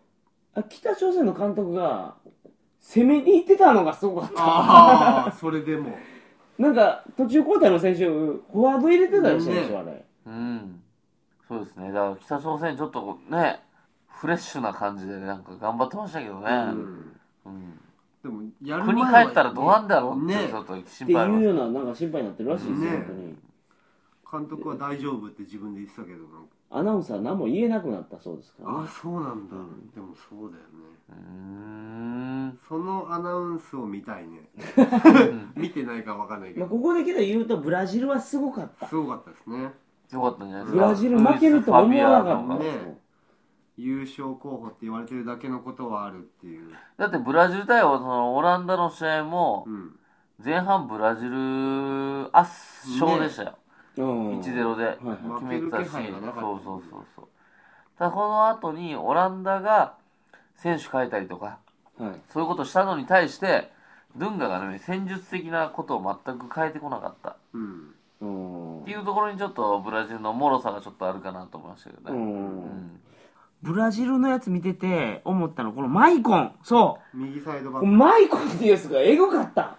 [SPEAKER 1] あ北朝鮮の監督が、攻めに行ってたのがすごかった。
[SPEAKER 5] ああ それでも
[SPEAKER 1] なんか、途中交代の選手、フォワード入れてたでしょ、
[SPEAKER 5] ね
[SPEAKER 1] 私あれ。
[SPEAKER 2] うんそうですねだから北朝鮮ちょっとねフレッシュな感じでなんか頑張ってましたけどね、
[SPEAKER 5] うん
[SPEAKER 2] うん
[SPEAKER 5] でもやる前
[SPEAKER 2] 国
[SPEAKER 5] は
[SPEAKER 2] 帰ったらどうなんだろうって
[SPEAKER 5] ね
[SPEAKER 2] ちょっと
[SPEAKER 1] っ
[SPEAKER 2] 心
[SPEAKER 1] てい
[SPEAKER 2] 配ありま
[SPEAKER 1] う
[SPEAKER 2] す
[SPEAKER 1] ような、なんか心配になってるらしいですよ、
[SPEAKER 5] ね
[SPEAKER 1] 本当に。
[SPEAKER 5] 監督は大丈夫って自分で言ってたけどなんか
[SPEAKER 1] アナウンサー何も言えなくなったそうですから
[SPEAKER 5] あ
[SPEAKER 1] ね。
[SPEAKER 5] そうなんだ、でもそうだよね
[SPEAKER 2] うーん
[SPEAKER 5] そのアナウンスを見た いね見てないかわかんないけ
[SPEAKER 1] まあ、
[SPEAKER 5] ど
[SPEAKER 1] ここでけど言うと、ブラジルはすごかった。
[SPEAKER 5] すごかったですね
[SPEAKER 2] よかったんじゃないです
[SPEAKER 1] ブ
[SPEAKER 2] か
[SPEAKER 1] ラジル負けると思わなかったんですよ
[SPEAKER 5] ね。優勝候補って言われてるだけのことはあるっていう
[SPEAKER 2] だってブラジル対そのオランダの試合も
[SPEAKER 5] うん
[SPEAKER 2] 前半ブラジル圧勝でしたよ、
[SPEAKER 1] うん
[SPEAKER 2] 1-0で
[SPEAKER 1] はい
[SPEAKER 5] ま
[SPEAKER 1] は
[SPEAKER 5] あ
[SPEAKER 2] 決めてたし、
[SPEAKER 5] 負ける気配がなかった
[SPEAKER 2] そうそうそうそうただこの後にオランダが選手変えたりとか
[SPEAKER 1] い。はい
[SPEAKER 2] そういうことしたのに対してドゥンガがね戦術的なことを全く変えてこなかったっ
[SPEAKER 5] うん
[SPEAKER 1] うん
[SPEAKER 2] ていうところにちょっとブラジルの脆さがちょっとあるかなと思いましたけど
[SPEAKER 1] う
[SPEAKER 2] ね、
[SPEAKER 1] んブラジルのやつ見てて思ったのこのマイコンそ
[SPEAKER 5] 右サイド
[SPEAKER 1] う
[SPEAKER 5] バッ
[SPEAKER 1] こ
[SPEAKER 5] ク
[SPEAKER 1] のマイコンっていうやつがエゴかった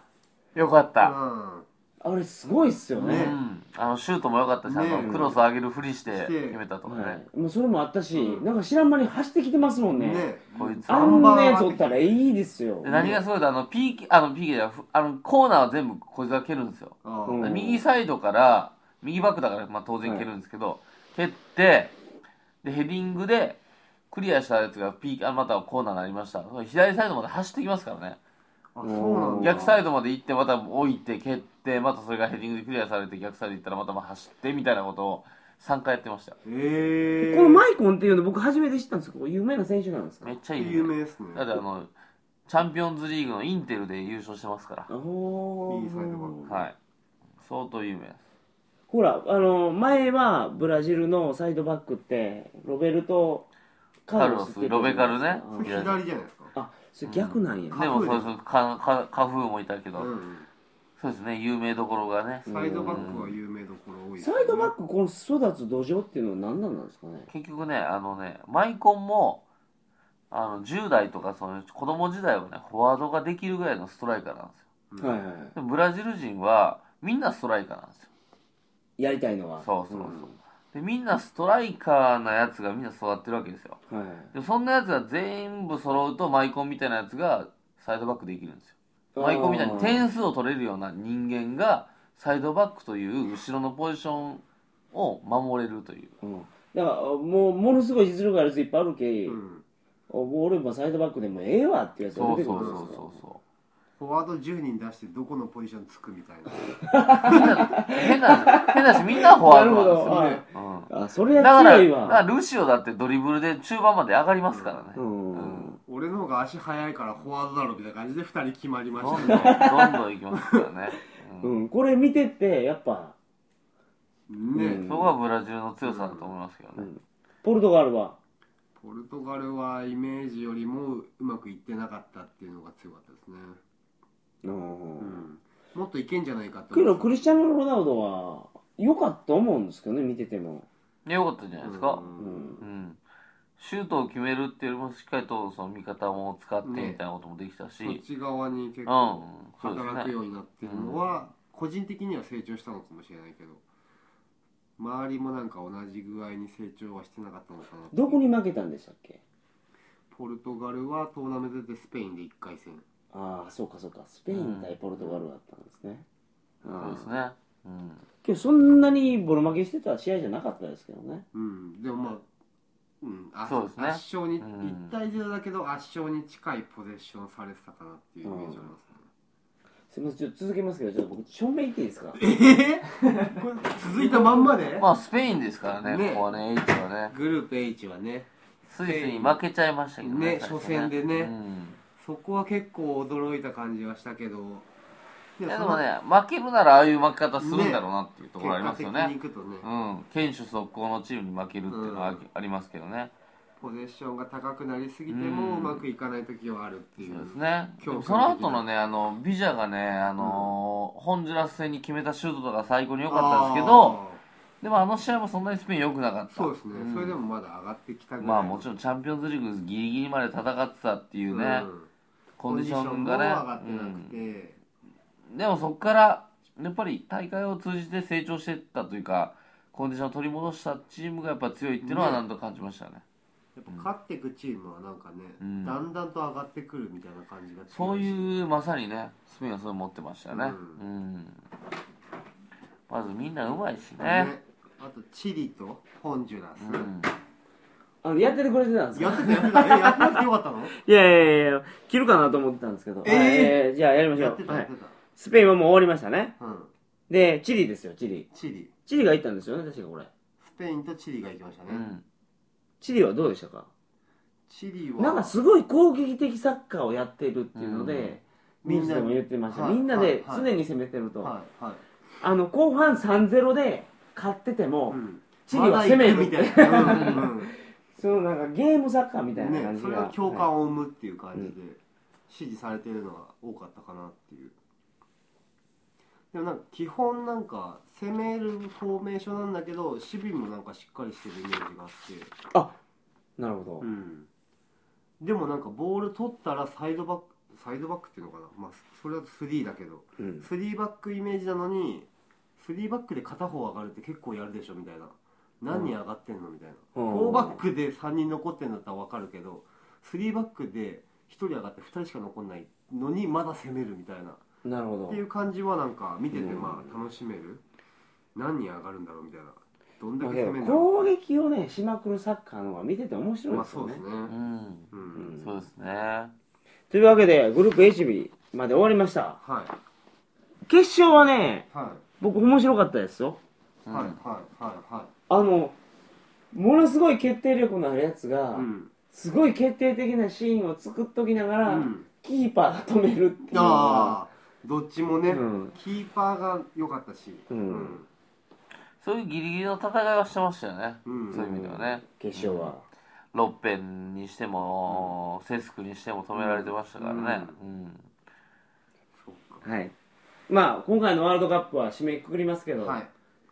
[SPEAKER 2] よかった、
[SPEAKER 5] う
[SPEAKER 1] あれすごいっすよね
[SPEAKER 2] う
[SPEAKER 5] ね
[SPEAKER 2] ん、あのシュートも良かったし、あ
[SPEAKER 5] ね
[SPEAKER 2] のクロス上げるふりして
[SPEAKER 5] して
[SPEAKER 2] 決めたとかね、
[SPEAKER 1] はい、もうそれもあったし、
[SPEAKER 5] うん
[SPEAKER 1] なんか知らん間に走ってきてますもん
[SPEAKER 5] ん
[SPEAKER 1] ね
[SPEAKER 5] ね
[SPEAKER 2] こいつ
[SPEAKER 1] あんなやつおったらいいですよ
[SPEAKER 2] で何がすごいってあの PK あの PK じゃないふあのコーナーは全部こいつが蹴るんですよ、
[SPEAKER 5] ああ
[SPEAKER 1] うん
[SPEAKER 2] 右サイドから右バックだから、まあ、当然蹴るんですけど、蹴ってでヘディングでクリアしたやつが PK あまたはコーナーになりました左サイドまで走ってきますからね
[SPEAKER 5] あそうなんだ
[SPEAKER 2] 逆サイドまで行ってまた置いて蹴ってまたそれがヘディングでクリアされて逆サイド行ったらまたまあ走ってみたいなことを3回やってましたよ
[SPEAKER 5] ええ
[SPEAKER 1] このマイコンっていうの僕初めて知ったんですけど有名な選手なんですか
[SPEAKER 2] めっちゃいい、ね、
[SPEAKER 5] 有名ですね
[SPEAKER 2] だってあのチャンピオンズリーグのインテルで優勝してますから
[SPEAKER 1] おー
[SPEAKER 5] 右サイドバック
[SPEAKER 2] はい相当有名です
[SPEAKER 1] ほらあの前はブラジルのサイドバックってロベルト・カ
[SPEAKER 2] カ
[SPEAKER 1] ル
[SPEAKER 2] ル
[SPEAKER 1] ロ
[SPEAKER 2] ロ
[SPEAKER 1] スっ
[SPEAKER 2] ス
[SPEAKER 1] ていう
[SPEAKER 2] ロベカルね
[SPEAKER 5] それ左じゃないですか
[SPEAKER 1] あそれ逆なんやね、
[SPEAKER 2] でもそうそうカカカフーもいたけど、
[SPEAKER 5] うん
[SPEAKER 2] そうですね有名どころがね
[SPEAKER 5] サイドバックは有名どころ多いです
[SPEAKER 1] サ
[SPEAKER 5] ね
[SPEAKER 1] イドバックこの育つ土壌っていうのは何なんなんですかね
[SPEAKER 2] 結局ねあのねマイコンもあの10代とかその子供時代はねフォワードができるぐらいのストライカーなんですよ
[SPEAKER 5] うん
[SPEAKER 1] はいはいは
[SPEAKER 2] でもブラジル人はみんなストライカーなんですよ
[SPEAKER 1] いやりたいのは
[SPEAKER 2] そうそうそう、でみんなストライカーなやつがみんな育ってるわけですよ
[SPEAKER 1] うんはいはい
[SPEAKER 2] でそんなやつが全部揃うとマイコンみたいなやつがサイドバックできるんですよマイコンみたいに点数を取れるような人間がサイドバックという後ろのポジションを守れるとい
[SPEAKER 1] う
[SPEAKER 2] う
[SPEAKER 1] んだからもうものすごい実力あるやついっぱいあるけ、
[SPEAKER 5] うん
[SPEAKER 1] お俺もサイドバックでもええわっていうやつが
[SPEAKER 2] そ
[SPEAKER 1] 出
[SPEAKER 2] う
[SPEAKER 1] て
[SPEAKER 2] そ
[SPEAKER 1] く
[SPEAKER 2] う
[SPEAKER 1] る
[SPEAKER 2] そ
[SPEAKER 1] んです
[SPEAKER 2] う
[SPEAKER 1] よ
[SPEAKER 2] そうそ
[SPEAKER 5] フォワード10人出してどこのポジションつくみたいな
[SPEAKER 2] 変な、変なし、みんなフォワードなんです
[SPEAKER 1] な
[SPEAKER 2] よ。
[SPEAKER 1] る
[SPEAKER 2] うん
[SPEAKER 1] あ、それ
[SPEAKER 2] だ
[SPEAKER 1] は
[SPEAKER 2] から、
[SPEAKER 1] 強い
[SPEAKER 2] だから
[SPEAKER 1] わ。
[SPEAKER 2] ルシオだってドリブルで中盤まで上がりますからね。
[SPEAKER 1] う
[SPEAKER 2] うん
[SPEAKER 1] ん。
[SPEAKER 5] 俺の方が足速いからフォワードだろみたいな感じで2人決まりま
[SPEAKER 2] ど
[SPEAKER 5] し
[SPEAKER 2] ん
[SPEAKER 5] た
[SPEAKER 2] どん、
[SPEAKER 5] ね
[SPEAKER 2] どんどん行きますからね。う
[SPEAKER 1] うんん。これ見てて、やっぱ、
[SPEAKER 5] ね、
[SPEAKER 1] うん
[SPEAKER 2] そこがブラジルの強さだと思いますけどね。
[SPEAKER 1] ポルトガルは、
[SPEAKER 5] ポルトガルはイメージよりもうまくいってなかったっていうのが強かったですね、
[SPEAKER 1] う。
[SPEAKER 5] うんん、もっといけんじゃないかと
[SPEAKER 1] け
[SPEAKER 5] 思
[SPEAKER 1] ど、
[SPEAKER 5] って
[SPEAKER 1] クリスチャン・ロナウドは、良かったと思うんですけどね、見てても。
[SPEAKER 2] 良かったんじゃないですか。
[SPEAKER 1] う
[SPEAKER 5] うん
[SPEAKER 1] ん。
[SPEAKER 2] うん。シュートを決めるっていうよりも、しっかりとその味方も使ってみたいなこともできたし、
[SPEAKER 5] そっち側に結
[SPEAKER 2] う
[SPEAKER 5] 構
[SPEAKER 2] ん、そうです
[SPEAKER 5] 働く
[SPEAKER 2] ね
[SPEAKER 5] よ。うになってるのは、個人的には成長したのかもしれないけど周りもなんか同じ具合に成長はしてなかったのかな
[SPEAKER 1] どこに負けたんでしたっけ
[SPEAKER 5] ポルトガルはトーナメントでスペインで1回戦
[SPEAKER 1] ああ、そうかそうか。スペイン対ポルトガルだったんですね。
[SPEAKER 2] そうです
[SPEAKER 1] あ
[SPEAKER 2] ね。うん。
[SPEAKER 1] けど、そんなにボロ負けしてた試合じゃなかったですけどね。
[SPEAKER 5] うんでもまあうん、あ
[SPEAKER 2] そうですね
[SPEAKER 5] 圧勝に、
[SPEAKER 2] うん
[SPEAKER 5] 1対0だけど圧勝に近いポゼッションされてたかなっていうイメージありま
[SPEAKER 1] す
[SPEAKER 5] すね、
[SPEAKER 1] みません、ちょっと続けますけど、ちょっと僕、正面行っていいですか
[SPEAKER 5] えー、これ続いたまんまで、
[SPEAKER 2] まあ、スペインですからね、
[SPEAKER 5] ね
[SPEAKER 2] ここはね、H はね。
[SPEAKER 5] グループ H はね
[SPEAKER 2] スイスに負けちゃいましたけど
[SPEAKER 5] ね
[SPEAKER 2] 最初
[SPEAKER 5] 初戦でね
[SPEAKER 2] うん
[SPEAKER 5] そこは結構驚いた感じはしたけど
[SPEAKER 2] い
[SPEAKER 5] で
[SPEAKER 2] や
[SPEAKER 5] そ
[SPEAKER 2] で
[SPEAKER 5] の
[SPEAKER 2] もね、負けるならああいう負け方するんだろうなっていうとこ
[SPEAKER 5] 結
[SPEAKER 2] ろあり
[SPEAKER 5] 果
[SPEAKER 2] ます
[SPEAKER 5] 的
[SPEAKER 2] よ
[SPEAKER 5] に
[SPEAKER 2] ね
[SPEAKER 5] い。くとね
[SPEAKER 2] うん、堅守速攻のチームに負けるっていうのはあり
[SPEAKER 5] うん
[SPEAKER 2] ありますけどね。
[SPEAKER 5] ポゼッションが高くなりすぎて
[SPEAKER 2] うん
[SPEAKER 5] もうまくいかない時はあるっていう
[SPEAKER 2] そうですね。で
[SPEAKER 5] 強
[SPEAKER 2] も
[SPEAKER 5] 化
[SPEAKER 2] その後のね、あの、ビジャがね、あのーホンジュラス戦に決めたシュートとか最高に良かったんですけど、
[SPEAKER 5] あ
[SPEAKER 2] でもあの試合もそんなにスペイン良くなかった。
[SPEAKER 5] ーそうですね、
[SPEAKER 2] ん
[SPEAKER 5] それでもまだ上がってきたぐらい
[SPEAKER 2] まあもちろんチャンピオンズリーグギリギリまで戦ってたっていうね、
[SPEAKER 5] うん
[SPEAKER 2] コンディションが
[SPEAKER 5] ポジ
[SPEAKER 2] ね
[SPEAKER 5] ショも上がってなくて、
[SPEAKER 2] うんでもそこからやっぱり大会を通じて成長していったというかコンディションを取り戻したチームがやっぱ強いっていうのは
[SPEAKER 5] ね
[SPEAKER 2] なんと感じましたね
[SPEAKER 5] やっぱ勝っていくチームはなんかね、
[SPEAKER 2] うん
[SPEAKER 5] だんだんと上がってくるみたいな感じが
[SPEAKER 2] そう
[SPEAKER 5] う
[SPEAKER 2] いうまさにねスペインはそれ持ってましたよねう
[SPEAKER 5] うんん、
[SPEAKER 2] まずみんなうまいしね
[SPEAKER 5] ねあとチリとホンジュラス、
[SPEAKER 2] うん
[SPEAKER 1] あのやっててくれてたんですか
[SPEAKER 5] やってたやってたえやってなくてよかったの
[SPEAKER 7] いやいやいや、切るかなと思っ。
[SPEAKER 1] 思っててたんですけど。
[SPEAKER 5] えー
[SPEAKER 1] はいえーじゃあやりまし
[SPEAKER 5] や
[SPEAKER 7] や
[SPEAKER 5] っ
[SPEAKER 7] ってて
[SPEAKER 5] た
[SPEAKER 7] たや
[SPEAKER 5] やっ
[SPEAKER 7] ってて
[SPEAKER 5] た、
[SPEAKER 7] スペインはもう終わりましたね。
[SPEAKER 5] うん
[SPEAKER 7] で、チリですよ、チリ。
[SPEAKER 5] チリ
[SPEAKER 7] チリが行ったんですよね、確かこれ。
[SPEAKER 5] スペインとチリが行きましたね、
[SPEAKER 2] うん
[SPEAKER 7] チリはどうでしたか
[SPEAKER 5] チリは
[SPEAKER 1] なんかすごい攻撃的サッカーをやってるっていうので、
[SPEAKER 5] うん
[SPEAKER 1] ニュースでも言ってました。
[SPEAKER 5] はい
[SPEAKER 1] みんなで
[SPEAKER 5] はい
[SPEAKER 1] 常に攻めてると。
[SPEAKER 5] はいはい
[SPEAKER 1] あの、後半3-0で勝ってても、
[SPEAKER 5] うん
[SPEAKER 1] チリは攻める
[SPEAKER 5] まだ行くみたいな、うんうん
[SPEAKER 1] そのなんかゲームサッカーみたいな
[SPEAKER 5] ね
[SPEAKER 1] 感じ
[SPEAKER 5] それ
[SPEAKER 1] が。
[SPEAKER 5] は共感
[SPEAKER 1] はい
[SPEAKER 5] を生むっていう感じで支持されてるのが多かったかなっていうでもなんか基本なんか攻めるフォーメーションなんだけど守備もなんかしっかりしてるイメージがあって、
[SPEAKER 1] なるほど。
[SPEAKER 5] うん、でもなんかボール取ったらサイドバックサイドバックっていうのかな、まあ、それだと3だけど
[SPEAKER 1] うん
[SPEAKER 5] 3バックイメージなのに3バックで片方上がるって結構やるでしょみたいな何人上がってんのみたいな
[SPEAKER 1] うん
[SPEAKER 5] 4バックで3人残ってんだったら分かるけど3バックで1人上がって2人しか残んないのにまだ攻めるみたいな
[SPEAKER 1] なるほど
[SPEAKER 5] ってい。う感じはなんか見てて
[SPEAKER 1] うん
[SPEAKER 5] まあ楽しめる何人上がるんだろうみたいなどんだ
[SPEAKER 1] だ
[SPEAKER 5] け
[SPEAKER 1] け
[SPEAKER 5] 攻
[SPEAKER 1] ど
[SPEAKER 5] めるんだろ
[SPEAKER 1] 攻撃をね、しまくるサッカーの方が見てて面
[SPEAKER 5] う
[SPEAKER 1] 白い
[SPEAKER 5] ま
[SPEAKER 1] で
[SPEAKER 5] あ
[SPEAKER 1] す
[SPEAKER 5] そ
[SPEAKER 1] よ
[SPEAKER 5] うで
[SPEAKER 1] ね
[SPEAKER 5] す。ね
[SPEAKER 2] うん
[SPEAKER 5] う
[SPEAKER 1] うんん
[SPEAKER 2] そうですね
[SPEAKER 1] というわけで、グループ HB まで終わりました。
[SPEAKER 5] はい
[SPEAKER 1] 決勝はね、
[SPEAKER 5] は
[SPEAKER 1] 僕面白かったですよ。
[SPEAKER 5] いはいはいはいは
[SPEAKER 1] あの、ものすごい決定力のあるやつ
[SPEAKER 5] い
[SPEAKER 1] が、
[SPEAKER 5] うん
[SPEAKER 1] すごい決定的なシーンを作っときながら、
[SPEAKER 5] うん
[SPEAKER 1] キーパーが止めるっていうのが
[SPEAKER 5] ああどっちもね
[SPEAKER 1] うん
[SPEAKER 5] キーパーが良かったし
[SPEAKER 1] うん
[SPEAKER 2] そういうギリギリの戦いはしてましたよね、
[SPEAKER 5] うん
[SPEAKER 2] そういう意味ではね
[SPEAKER 1] 決勝は、
[SPEAKER 2] ロッペンにしても、セスクにしても止められてましたからね、うん
[SPEAKER 5] そっ
[SPEAKER 1] はいまあ今回のワールドカップは締めくくりますけど、
[SPEAKER 5] かはい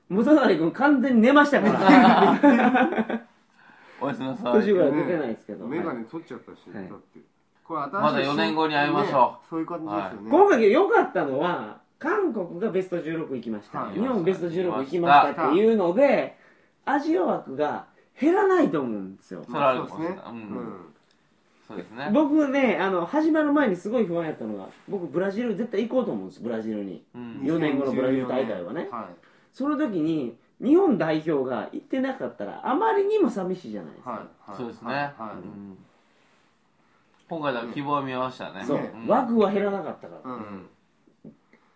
[SPEAKER 1] 元成君完全に寝ましたから
[SPEAKER 2] おやすみなさい
[SPEAKER 1] 途中から出てないですけど、
[SPEAKER 5] メガ
[SPEAKER 1] はい
[SPEAKER 5] ネ取っちゃったし、
[SPEAKER 1] はい
[SPEAKER 5] だってこれ新しい
[SPEAKER 2] まだ四年後に会いましょ
[SPEAKER 5] う、そういう感じですよね、
[SPEAKER 1] 今回良かったのは韓国がベスト16行きました、
[SPEAKER 5] はい
[SPEAKER 1] 日本ベスト16行きましたっていうのでアジア枠が減らないと思うんですよ
[SPEAKER 2] それはあるか
[SPEAKER 5] そ
[SPEAKER 2] もし
[SPEAKER 5] うで
[SPEAKER 2] れ
[SPEAKER 5] す
[SPEAKER 2] ない
[SPEAKER 5] ね、
[SPEAKER 2] うんそうですね
[SPEAKER 1] 僕ねあの始まる前にすごい不安やったのが僕ブラジル絶対行こうと思うんですブラジルに
[SPEAKER 2] うん
[SPEAKER 1] 四年後のブラジル大会はね
[SPEAKER 5] は
[SPEAKER 1] その時に日本代表が行ってなかったらあまりにも寂しいじゃないです
[SPEAKER 5] い
[SPEAKER 1] か、
[SPEAKER 5] はいはい
[SPEAKER 2] そうですね、
[SPEAKER 5] はいはい
[SPEAKER 2] うん今回だから希望を見ましたね。
[SPEAKER 1] そう、
[SPEAKER 2] ん
[SPEAKER 1] 枠は減らなかったから、
[SPEAKER 5] う
[SPEAKER 2] うんん。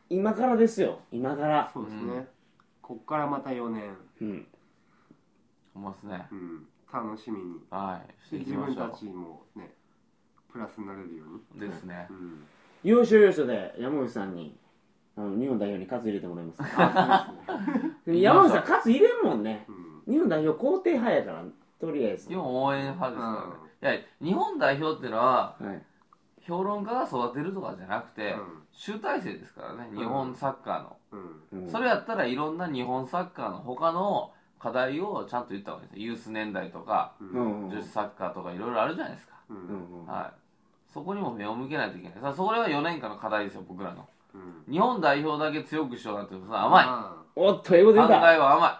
[SPEAKER 1] 今からですよ今から
[SPEAKER 5] そうですね、
[SPEAKER 2] う
[SPEAKER 5] こっからまた4年、
[SPEAKER 1] うん
[SPEAKER 2] 思いますね
[SPEAKER 5] う。ん、楽しみに
[SPEAKER 2] はい。していき
[SPEAKER 5] 自
[SPEAKER 2] ま
[SPEAKER 5] 分
[SPEAKER 2] しょ
[SPEAKER 5] たち
[SPEAKER 2] う。
[SPEAKER 5] もねプラスになれるように、
[SPEAKER 2] ですね
[SPEAKER 5] う。ん、
[SPEAKER 1] 要所要所で山口さんにあの日本代表に喝入れてもらいます
[SPEAKER 5] あそうですね、
[SPEAKER 1] 山口さん喝入れんもんね
[SPEAKER 5] うん
[SPEAKER 1] 日本代表肯定派やからとりあえず
[SPEAKER 2] 日本応援派ですからね。いや、日本代表っていうのは、
[SPEAKER 1] はい
[SPEAKER 2] 評論家が育てるとかじゃなくて、集大成ですからね、日本サッカーの。
[SPEAKER 5] うんうん
[SPEAKER 1] うん
[SPEAKER 2] それやったらいろんな日本サッカーの他の課題をちゃんと言った方がいいですよユース年代とか
[SPEAKER 1] う
[SPEAKER 5] うん
[SPEAKER 1] んうん
[SPEAKER 2] 女子サッカーとかいろいろあるじゃないですか、
[SPEAKER 5] う
[SPEAKER 1] うんんうん
[SPEAKER 2] はい、そこにも目を向けないといけないさあそれは4年間の課題ですよ僕らの
[SPEAKER 5] うん
[SPEAKER 2] 日本代表だけ強くしようなんてさ甘い考
[SPEAKER 1] おっと英語
[SPEAKER 2] え
[SPEAKER 1] 出た
[SPEAKER 2] は甘い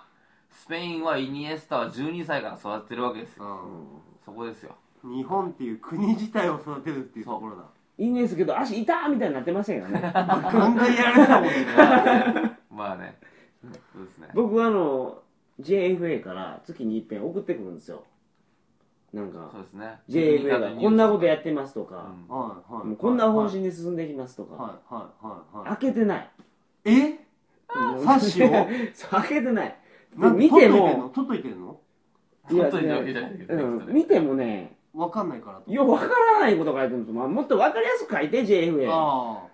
[SPEAKER 2] スペインはイニエスタは12歳から育ててるわけです
[SPEAKER 5] う
[SPEAKER 2] よ
[SPEAKER 5] ん
[SPEAKER 2] そ こですよ
[SPEAKER 5] うん日本っていう国自体を育てるっていうところだ
[SPEAKER 1] いいんですけど足痛ーみたいになってましたけど ね
[SPEAKER 5] ガンガンやられてたもんね
[SPEAKER 2] まあねそうですね
[SPEAKER 1] 僕はあの JFA から月に一遍送ってくるんですよなん
[SPEAKER 2] そ
[SPEAKER 1] か
[SPEAKER 2] うですね
[SPEAKER 1] JFA がこんなことやってますと
[SPEAKER 2] う
[SPEAKER 1] か、
[SPEAKER 2] ん
[SPEAKER 5] はいはい
[SPEAKER 1] もうこんな方針で進んでいきますとか、
[SPEAKER 5] はいはいはいは
[SPEAKER 1] 開けてない
[SPEAKER 5] いえサッシを
[SPEAKER 1] そう開けてないで
[SPEAKER 5] なん
[SPEAKER 1] 見ても
[SPEAKER 5] 取っといてんの取っといてんの
[SPEAKER 2] 取っといたわけじゃないけどねきっと
[SPEAKER 1] うん、
[SPEAKER 2] ね
[SPEAKER 1] 見てもね
[SPEAKER 5] わかんないからと
[SPEAKER 1] よくわからないこと書いてるんですよ、まあ、もっとわかりやすく書いて JFA、
[SPEAKER 5] あ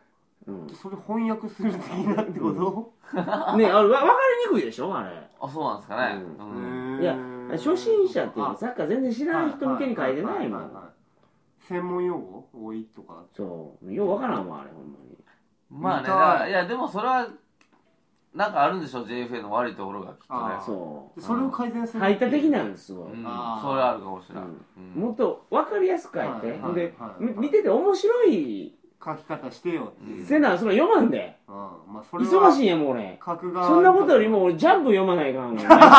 [SPEAKER 1] うん
[SPEAKER 5] あそれ翻訳する的なってこ
[SPEAKER 1] ねあれわわかりにくいでしょあれ
[SPEAKER 2] あそうなんですかね、
[SPEAKER 5] と、
[SPEAKER 2] うん
[SPEAKER 1] いや初心者っていうかサッカー全然知らない人向けに書いてないも
[SPEAKER 5] ははは
[SPEAKER 1] ん
[SPEAKER 5] は専門用語多いとか
[SPEAKER 1] そうようわからんわあれほんまに
[SPEAKER 2] まあね
[SPEAKER 5] 見
[SPEAKER 2] だ
[SPEAKER 5] たい
[SPEAKER 2] からいやでもそれはなんかあるんでしょ JFA の悪いところがきっとね
[SPEAKER 5] あ
[SPEAKER 1] そ
[SPEAKER 5] でそれを改善す
[SPEAKER 1] う
[SPEAKER 5] る
[SPEAKER 1] 排他的なんです
[SPEAKER 2] う
[SPEAKER 1] よ
[SPEAKER 2] ん、それ
[SPEAKER 5] あー
[SPEAKER 2] はあるかもしれない、
[SPEAKER 1] うん
[SPEAKER 2] うん
[SPEAKER 1] もっとわかりやすく書いて、
[SPEAKER 5] はいはい
[SPEAKER 1] で、
[SPEAKER 5] はい
[SPEAKER 1] み見てて面白い
[SPEAKER 5] 書き方してよっていう、
[SPEAKER 1] せなその読まんで
[SPEAKER 5] うんまあ、それは
[SPEAKER 1] 忙しいんやもう俺
[SPEAKER 5] 書く側
[SPEAKER 1] そんなことよりも俺ジャンプ読まないから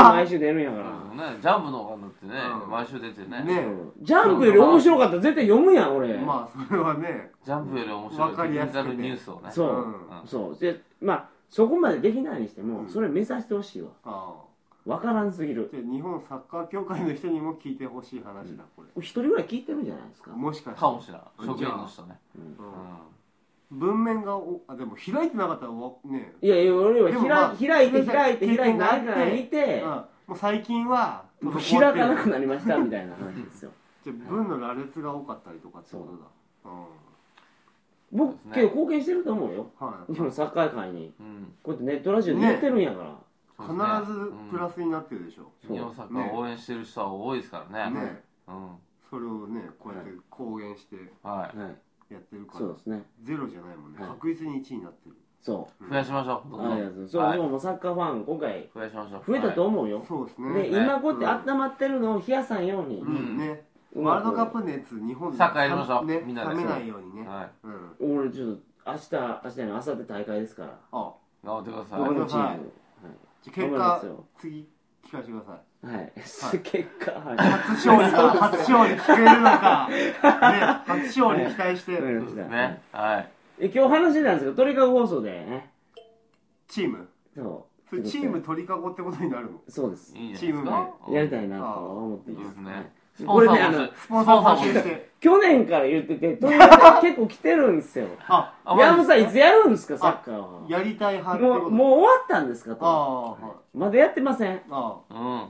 [SPEAKER 1] 毎週毎週出るんやか
[SPEAKER 2] そ
[SPEAKER 1] ら
[SPEAKER 2] うですよねジャンプの方がだってね、
[SPEAKER 5] うん
[SPEAKER 2] 毎週出てね
[SPEAKER 5] ね
[SPEAKER 1] ジャンプより面白かったら絶対読むやん俺、
[SPEAKER 5] まあそれはね
[SPEAKER 2] ジャンプより面白い
[SPEAKER 5] わかりやすくて
[SPEAKER 2] テクニカルニュースをね
[SPEAKER 1] そう、
[SPEAKER 5] うん
[SPEAKER 2] うん
[SPEAKER 1] そうでまあそこまでできないにしても、
[SPEAKER 5] うん
[SPEAKER 1] それ目指してほしいわ
[SPEAKER 5] あ
[SPEAKER 1] わからんすぎ
[SPEAKER 5] あ
[SPEAKER 1] る
[SPEAKER 5] じゃあ日本サッカー協会の人にも聞いてほしい話だこれ、
[SPEAKER 1] 一人ぐらい聞いてるんじゃないですか
[SPEAKER 5] もしかして
[SPEAKER 2] かもしれない職員の人ね、
[SPEAKER 5] う
[SPEAKER 2] うんん
[SPEAKER 5] 文面がおあでも開いてなかったらわね
[SPEAKER 1] いやいや俺は
[SPEAKER 5] で
[SPEAKER 1] 開,、
[SPEAKER 5] もまあ
[SPEAKER 1] 開いて
[SPEAKER 5] それで
[SPEAKER 1] 開いて
[SPEAKER 5] 経
[SPEAKER 1] 開いて
[SPEAKER 5] 験があ
[SPEAKER 1] 開
[SPEAKER 5] っ
[SPEAKER 1] い
[SPEAKER 5] て
[SPEAKER 1] て開いて
[SPEAKER 5] うん、もう最近は
[SPEAKER 1] もう
[SPEAKER 5] 滞
[SPEAKER 1] 開
[SPEAKER 5] ってる
[SPEAKER 1] かなくなりましたみたいな話ですよ
[SPEAKER 5] じゃあ文の羅列が多かったりとかってことだうん
[SPEAKER 1] 僕けど
[SPEAKER 2] そうですね
[SPEAKER 1] 貢献してると思うよ
[SPEAKER 5] はい
[SPEAKER 1] 日本サッカー界に
[SPEAKER 2] うん
[SPEAKER 1] こうやってネットラジオでやってるんやから、
[SPEAKER 2] そうですね
[SPEAKER 5] 必ずプラスになってるでしょ、
[SPEAKER 2] うん日本サッカーを応援してる人は多いですからね
[SPEAKER 5] ね
[SPEAKER 2] うん
[SPEAKER 5] それをねこうやって公言して
[SPEAKER 2] はい
[SPEAKER 1] はい、
[SPEAKER 5] やってるから、
[SPEAKER 1] そうですね
[SPEAKER 5] ゼロじゃないもんね、
[SPEAKER 1] はい
[SPEAKER 5] 確実に1位になってる
[SPEAKER 1] そ
[SPEAKER 2] 増やしましょう
[SPEAKER 1] う、
[SPEAKER 2] ど
[SPEAKER 1] あ
[SPEAKER 2] ん
[SPEAKER 1] り
[SPEAKER 2] どん
[SPEAKER 1] がとうございますそう、
[SPEAKER 2] はい
[SPEAKER 1] もうサッカーファン今回
[SPEAKER 2] 増やしましょう
[SPEAKER 1] 増えたと思うよ、
[SPEAKER 5] そうですね
[SPEAKER 1] で、
[SPEAKER 2] ね
[SPEAKER 1] 今こうやって温まってるのを冷やさんように、
[SPEAKER 5] う、
[SPEAKER 1] うん
[SPEAKER 2] うん
[SPEAKER 5] ね
[SPEAKER 1] ま
[SPEAKER 5] ワー
[SPEAKER 1] く
[SPEAKER 5] ルドカップ熱日本で
[SPEAKER 2] サッカーやりましょう
[SPEAKER 5] ね
[SPEAKER 2] みんなで
[SPEAKER 5] 冷めないようにね、
[SPEAKER 2] はい
[SPEAKER 5] うん
[SPEAKER 1] 俺ちょっと明日明日の明後日大会ですから
[SPEAKER 5] あ
[SPEAKER 2] 頑張ってください
[SPEAKER 1] 僕
[SPEAKER 5] 頑張
[SPEAKER 1] の
[SPEAKER 5] ってく
[SPEAKER 1] チ
[SPEAKER 5] ださ
[SPEAKER 1] ー
[SPEAKER 5] い
[SPEAKER 1] ム
[SPEAKER 5] じ
[SPEAKER 1] 頑張り
[SPEAKER 5] ゃあ結
[SPEAKER 1] ま
[SPEAKER 5] 果
[SPEAKER 1] すよ
[SPEAKER 5] 次聞かせてください
[SPEAKER 1] はい、 結果は
[SPEAKER 5] 初勝 利か初勝利聞けるのか、ね、初勝利期待して
[SPEAKER 1] いわかりま
[SPEAKER 2] そう
[SPEAKER 1] し
[SPEAKER 2] で
[SPEAKER 1] た、
[SPEAKER 2] すねはい
[SPEAKER 1] え今日話してたんですけど鳥かご放送でね
[SPEAKER 5] チーム
[SPEAKER 1] そう
[SPEAKER 5] それチーム鳥かごってことになるの
[SPEAKER 1] そうです
[SPEAKER 2] いいんじ
[SPEAKER 5] チ
[SPEAKER 2] ゃな
[SPEAKER 5] ー
[SPEAKER 2] いで
[SPEAKER 1] や
[SPEAKER 2] すかうん
[SPEAKER 5] ム名
[SPEAKER 1] りたいなと思っています、
[SPEAKER 2] うん
[SPEAKER 1] はい
[SPEAKER 2] スポ
[SPEAKER 1] こ
[SPEAKER 2] ン
[SPEAKER 1] れ
[SPEAKER 2] サ
[SPEAKER 1] ね
[SPEAKER 2] ー
[SPEAKER 1] あの
[SPEAKER 2] 募集
[SPEAKER 5] スポンサー募集して
[SPEAKER 1] 去年から言って て鳥かご結構来てるんですよ
[SPEAKER 5] あ
[SPEAKER 2] あ
[SPEAKER 1] 山本さんいつやるんですかサッカーは
[SPEAKER 5] やりたい派ってこ
[SPEAKER 1] も
[SPEAKER 5] と
[SPEAKER 1] うもう終わったんですか
[SPEAKER 5] あ
[SPEAKER 1] と
[SPEAKER 5] あはい
[SPEAKER 1] まだやってません
[SPEAKER 5] あ
[SPEAKER 2] うん
[SPEAKER 5] あ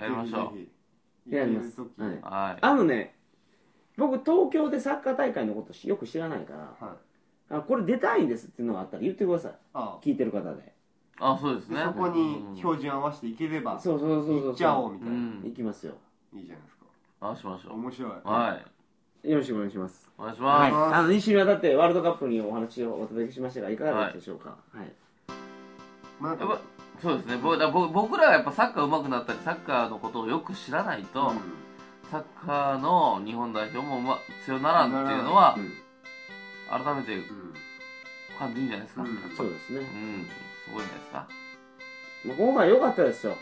[SPEAKER 2] やりましょう
[SPEAKER 5] ぜひぜひ
[SPEAKER 1] やりま
[SPEAKER 5] 行
[SPEAKER 1] す
[SPEAKER 5] ける時
[SPEAKER 1] はい
[SPEAKER 2] はい
[SPEAKER 1] あのね僕東京でサッカー大会のことしよく知らないから、
[SPEAKER 5] はい
[SPEAKER 1] あこれ出たいんですっていうのがあったら言ってください
[SPEAKER 5] あ
[SPEAKER 1] 聞いてる方で
[SPEAKER 2] あそうです
[SPEAKER 5] あで
[SPEAKER 2] ね
[SPEAKER 5] そこに標準合わせていければ
[SPEAKER 1] そうそうそうそ
[SPEAKER 5] 行
[SPEAKER 1] う
[SPEAKER 5] っちゃおうみ
[SPEAKER 2] う
[SPEAKER 5] たいなん
[SPEAKER 1] 行きますよ
[SPEAKER 5] いいじゃないですか
[SPEAKER 2] あしましょ
[SPEAKER 5] 面白いう
[SPEAKER 2] はい
[SPEAKER 1] よろしくお願いします
[SPEAKER 2] お願いし
[SPEAKER 5] は
[SPEAKER 2] ま
[SPEAKER 5] い
[SPEAKER 2] す、
[SPEAKER 1] あの2週にわたってワールドカップにお話をお届けしましたがいかがだったでしょうかはい、
[SPEAKER 5] まあなん
[SPEAKER 2] やっ
[SPEAKER 5] か
[SPEAKER 2] ぱそうですね僕だ僕僕らはやっぱサッカー上手くなったりサッカーのことをよく知らないと、
[SPEAKER 5] う
[SPEAKER 2] サッカーの日本代表も、ま、必要ならんっていうのは、改めて
[SPEAKER 5] んうん
[SPEAKER 2] 感じるんじゃないですか、
[SPEAKER 5] うん
[SPEAKER 2] やっぱ
[SPEAKER 1] そうですね
[SPEAKER 2] う、んすごいんじゃないですか
[SPEAKER 1] まあ、今回良かったですよ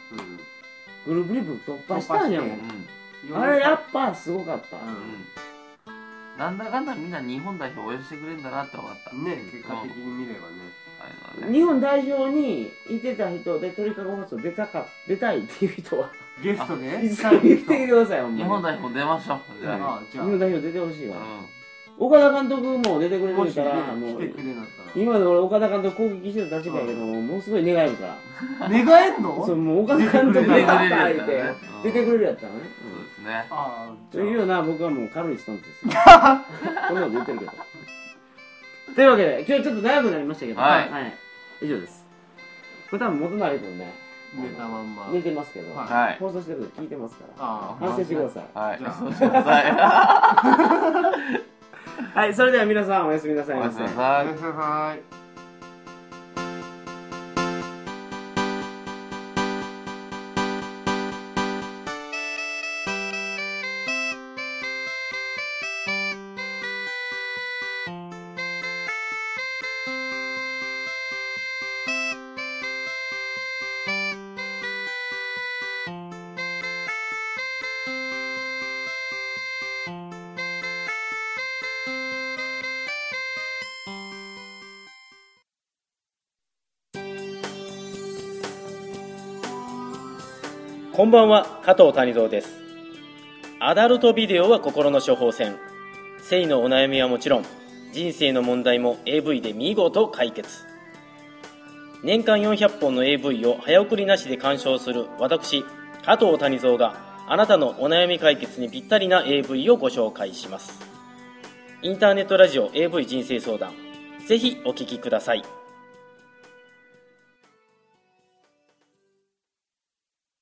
[SPEAKER 5] う
[SPEAKER 1] グ
[SPEAKER 5] ん
[SPEAKER 1] ループリーグ突破したんやも
[SPEAKER 5] 突
[SPEAKER 1] ん
[SPEAKER 2] う
[SPEAKER 1] あれやっぱすごかった、
[SPEAKER 5] うん
[SPEAKER 2] ん、うん、なんだかんだみんな日本代表応援してくれるんだなって分かった、
[SPEAKER 5] ね結果的に見ればね
[SPEAKER 2] ああいうのはね
[SPEAKER 1] 日本代表にいてた人で鳥かご放送出たか出たいっていう人は
[SPEAKER 5] ゲストで
[SPEAKER 1] いつ か言ってきて
[SPEAKER 5] 人
[SPEAKER 1] ください、ほんまに。
[SPEAKER 2] 日本代表出ましょう。じゃ
[SPEAKER 5] あじ
[SPEAKER 1] 日
[SPEAKER 5] ゃあ
[SPEAKER 1] 本代表出てほしいわ
[SPEAKER 2] あ。。
[SPEAKER 1] 岡田監督も出てくれ
[SPEAKER 5] も
[SPEAKER 1] る
[SPEAKER 5] し
[SPEAKER 1] か
[SPEAKER 5] ね
[SPEAKER 1] ら、も
[SPEAKER 5] 来て
[SPEAKER 1] う
[SPEAKER 5] くれなかったら
[SPEAKER 1] 今の俺岡田監督攻撃してた立場やけど、もうすごい願えるから。
[SPEAKER 5] 願えんの
[SPEAKER 1] そう、もう岡田監督がバーッ
[SPEAKER 2] 出てく
[SPEAKER 1] て出てくれ
[SPEAKER 2] れるやったらねうん
[SPEAKER 1] るやったらね。う
[SPEAKER 2] う。
[SPEAKER 1] んん
[SPEAKER 2] そうですね。
[SPEAKER 5] あ
[SPEAKER 1] という
[SPEAKER 5] あ
[SPEAKER 1] ような僕はもう軽いスタンス ですよ。こんなこと言ってるけど。というわけで、今日ちょっと長くなりましたけど、
[SPEAKER 2] はい
[SPEAKER 1] 以上です。これ多分元成君ね、
[SPEAKER 5] 寝たまんま
[SPEAKER 1] 寝てますけど、
[SPEAKER 5] はい
[SPEAKER 2] はい。
[SPEAKER 1] 放送してること聞いてますから、
[SPEAKER 5] ああ
[SPEAKER 1] 反省してください。
[SPEAKER 2] はい
[SPEAKER 5] じゃ。あ
[SPEAKER 2] そうしてくださ
[SPEAKER 1] はい、それでは皆さんおやすみなさ
[SPEAKER 2] い。
[SPEAKER 1] い
[SPEAKER 2] お
[SPEAKER 1] ま
[SPEAKER 2] やす
[SPEAKER 1] せ
[SPEAKER 2] みなさ
[SPEAKER 5] お
[SPEAKER 2] い
[SPEAKER 5] や。すみなさい
[SPEAKER 8] こんばんは加藤谷蔵ですアダルトビデオは心の処方箋性のお悩みはもちろん人生の問題も AV で見事解決年間400本の AV を早送りなしで鑑賞する私加藤谷蔵があなたのお悩み解決にぴったりな AV をご紹介しますインターネットラジオ AV 人生相談ぜひお聞きください